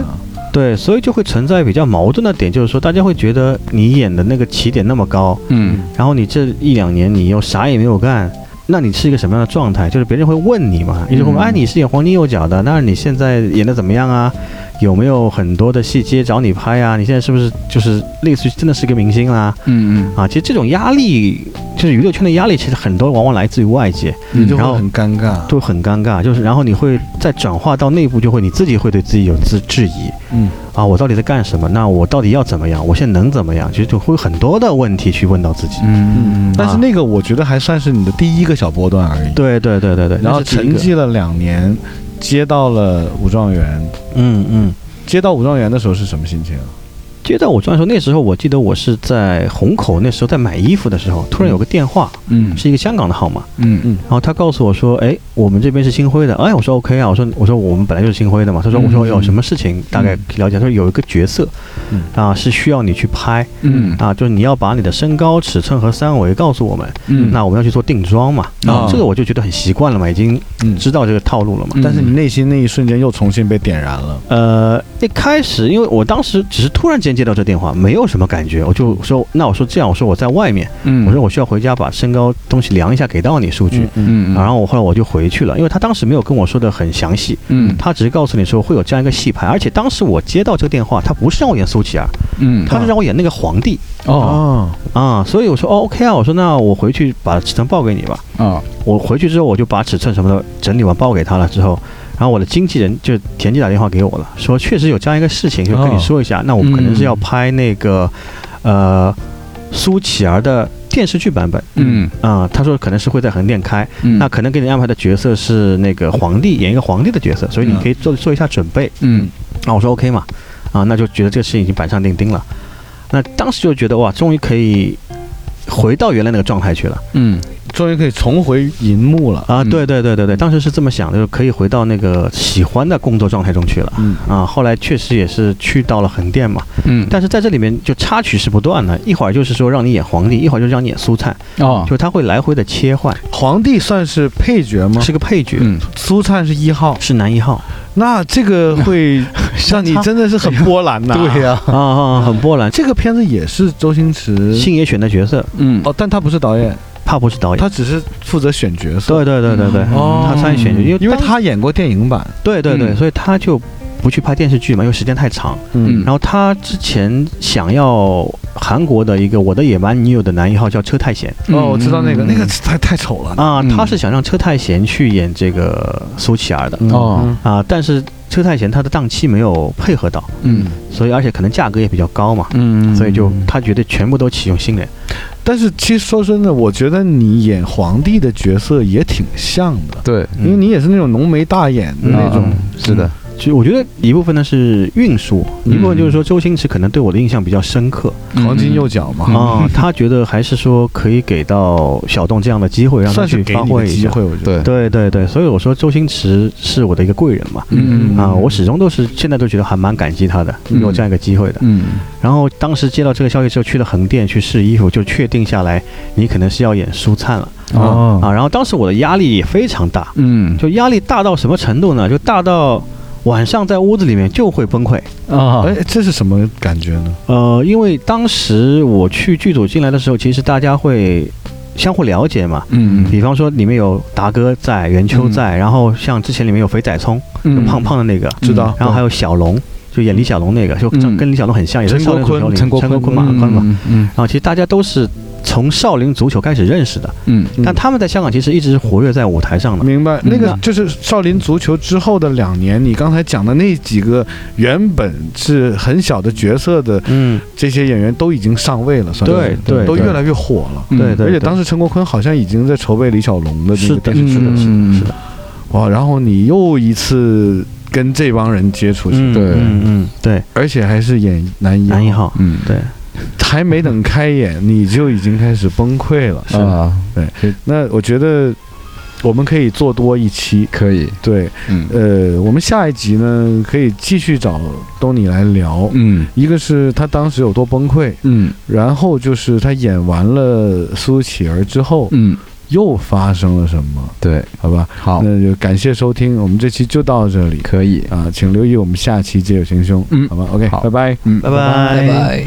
S1: 对，所以就会存在比较矛盾的点，就是说大家会觉得你演的那个起点那么高，
S2: 嗯
S1: 然后你这一两年你又啥也没有干，那你是一个什么样的状态？就是别人会问你嘛，一直会问，
S2: 嗯
S1: 哎，你是演黄金右脚的，那你现在演的怎么样啊？有没有很多的戏接找你拍啊？你现在是不是就是类似于真的是一个明星啦、
S2: 嗯
S1: 啊？其实这种压力，就是娱乐圈的压力，其实很多往往来自于外界，
S3: 你嗯
S1: 嗯
S3: 就
S1: 然
S3: 会
S1: 后
S3: 很尴尬，
S1: 就会很尴尬，就是然后你会再转化到内部，就会你自己会对自己有自质疑，
S3: 嗯，
S1: 啊，我到底在干什么？那我到底要怎么样？我现在能怎么样？其实就会有很多的问题去问到自己。
S2: 嗯
S3: 但是那个我觉得还算是你的第一个小波段而已。
S1: 啊对对对对对，
S3: 然后
S1: 那是第一
S3: 沉
S1: 个，
S3: 寂了两年，接到了武状元。
S1: 嗯嗯。
S3: 接到武状元的时候是什么心情啊？
S1: 接到我专说，那时候我记得我是在虹口，那时候在买衣服的时候，突然有个电话，
S2: 嗯
S1: 是一个香港的号码，
S2: 嗯嗯
S1: 然后他告诉我说，哎，我们这边是星辉的，哎，我说 OK 啊，我说我说我们本来就是星辉的嘛，他说
S2: 嗯
S1: 我说哦有什么事情大概了解，他说有一个角色
S3: 嗯，
S1: 啊是需要你去拍，
S2: 嗯
S1: 啊，就是你要把你的身高、尺寸和三围告诉我们，
S2: 嗯
S1: 那我们要去做定妆嘛，
S2: 哦
S1: 这个我就觉得很习惯了嘛，已经
S3: 嗯
S1: 知道这个套路了嘛。
S3: 但是你内心那一瞬间又重新被点燃了。
S1: 呃，一开始因为我当时只是突然间接到这电话，没有什么感觉，我就说，那我说这样，我说我在外面，
S2: 嗯，
S1: 我说我需要回家把身高东西量一下，给到你数据。
S2: 嗯，
S1: 然后我后来我就回去了，因为他当时没有跟我说的很详细，
S2: 嗯
S1: 他只是告诉你说会有这样一个戏拍，而且当时我接到这个电话，他不是让我演苏乞儿，
S2: 嗯
S1: 他是让我演那个皇帝
S2: 哦
S3: 哦，
S1: 啊、所以我说哦 OK 啊，我说那我回去把尺寸报给你吧。
S2: 哦
S1: 我回去之后，我就把尺寸什么的整理完报给他了之后，然后我的经纪人就田忌打电话给我了，说确实有这样一个事情，就跟你说一下，那我们可能是要拍那个、呃苏乞儿的电视剧版本，
S2: 嗯
S1: 啊、他说可能是会在横店开，
S2: 嗯
S1: 那可能给你安排的角色是那个皇帝演一个皇帝的角色，所以你可以做做一下准备。
S2: 嗯
S1: 那我说 OK 嘛，啊，那就觉得这个事情已经板上钉钉了。那当时就觉得哇，终于可以回到原来那个状态去了。
S2: 嗯
S3: 终于可以重回银幕了。
S1: 啊，
S2: 嗯
S1: 对对对对对，当时是这么想的，就是可以回到那个喜欢的工作状态中去了。
S3: 嗯
S1: 啊，后来确实也是去到了横店嘛，
S2: 嗯
S1: 但是在这里面就插曲是不断的，一会儿就是说让你演皇帝，一会儿就让你演苏灿，
S2: 哦
S1: 就是他会来回的切换，
S3: 嗯皇帝算是配角吗？
S1: 是个配角，
S2: 嗯
S3: 苏灿是一号，
S1: 是男一号
S3: 那这个
S1: (laughs)
S3: 会让你真的是很波澜呐、
S2: 对
S3: 呀，
S1: 啊啊，很波澜。
S3: 这个片子也是周星驰
S1: 星爷选的角色，
S2: 嗯
S3: 哦，但他不是导演，
S1: 怕不是导演，
S3: 他只是负责选角色。
S1: 对对对对对，
S3: 哎哦
S1: 他参与选角，因为
S3: 因为
S1: 当
S3: 他演过电影版，
S1: 对对对，
S2: 嗯
S1: 所以他就不去拍电视剧嘛，因为时间太长。
S2: 嗯
S1: 然后他之前想要韩国的一个《我的野蛮女友》的男一号叫车太贤
S3: 哦，我知道那个，那个太太丑了。
S1: 啊，
S2: 嗯
S1: 他是想让车太贤去演这个苏乞儿的
S2: 哦
S1: 啊，但是车太贤他的档期没有配合到，
S2: 嗯
S1: 所以而且可能价格也比较高嘛，
S2: 嗯
S1: 所以就他觉得全部都启用新人。
S3: 但是其实说真的，我觉得你演皇帝的角色也挺像的，
S2: 对
S3: 嗯因为你也是那种浓眉大眼的那种，
S2: 是的，
S1: 其实我觉得一部分呢是运输，一部分
S2: 嗯
S1: 就是说周星驰可能对我的印象比较深刻
S3: 黄金右脚嘛，嗯
S1: 啊，他觉得还是说可以给到小洞这样的机会，让他
S3: 算是
S1: 去
S3: 给
S1: 发
S3: 你个
S1: 挥一
S3: 机
S1: 下。
S3: 会，我觉
S2: 对，
S3: 得。
S1: 对对对，所以我说周星驰是我的一个贵人嘛。
S2: 嗯
S1: 啊，我始终都是现在都觉得还蛮感激他的，
S2: 嗯
S1: 有这样一个机会的。
S2: 嗯
S1: 然后当时接到这个消息之后，去了横店去试衣服，就确定下来你可能是要演苏灿了
S2: 哦
S1: 啊。然后当时我的压力也非常大，
S2: 嗯
S1: 就压力大到什么程度呢？就大到晚上在屋子里面就会崩溃。
S2: 啊
S3: 哎，这是什么感觉呢？
S1: 呃，因为当时我去剧组进来的时候，其实大家会相互了解嘛。
S2: 嗯
S1: 比方说里面有达哥在，袁秋在，然后像之前里面有肥仔聪，就
S2: 嗯
S1: 胖胖的那个，
S3: 知道
S1: 然后还有小龙，就演李小龙那个，就
S2: 嗯
S1: 跟李小龙很像，也是
S3: 陈
S1: 少
S3: 国
S1: 林足球
S3: 坤
S1: 里
S2: 陈国
S1: 陈国坤马
S2: 马
S1: 坤嘛。
S2: 嘛，嗯
S1: 然后其实大家都是从少林足球开始认识的，
S2: 嗯
S1: 但他们在香港其实一直是活跃在舞台上的。
S3: 明白，那
S1: 嗯
S2: 明
S3: 个
S2: 白
S3: 就是少林足球之后的两年，你刚才讲的那几个原本是很小的角色的
S1: 嗯，
S3: 这些演员都已经上位了，算是嗯
S1: 对对
S3: 都
S1: 对
S3: 越来越火了。
S2: 嗯
S1: 对对，
S3: 而
S1: 对
S3: 且当时陈国坤好像已经在筹备李小龙的那
S1: 是
S3: 个
S1: 的，嗯
S3: 电
S1: 是
S3: 视
S1: 的，
S3: 剧
S1: 是
S3: 了
S1: 的，是的，
S3: 哇！然后你又一次跟这帮人接触去，
S1: 嗯
S2: 对
S1: 嗯嗯，对，
S3: 而且还是演男一
S1: 男一，号，
S2: 嗯
S1: 对，
S3: 还没等开演你就已经开始崩溃了。
S2: 啊
S3: 那我觉得我们可以做多一期，
S2: 可以
S3: 对，
S2: 嗯
S3: 呃，我们下一集呢可以继续找东尼来聊。
S2: 嗯
S3: 一个是他当时有多崩溃，
S2: 嗯
S3: 然后就是他演完了苏乞儿之后、
S2: 嗯
S3: 又发生了什么，
S2: 对
S3: 好吧？
S2: 好
S3: 那就感谢收听，我们这期就到这里
S2: 可以
S3: 啊，请留意我们下期《皆有行凶》，
S2: 嗯
S3: 好吧？OK，
S2: 好
S3: 拜拜。
S2: 嗯
S1: 拜
S6: 拜拜。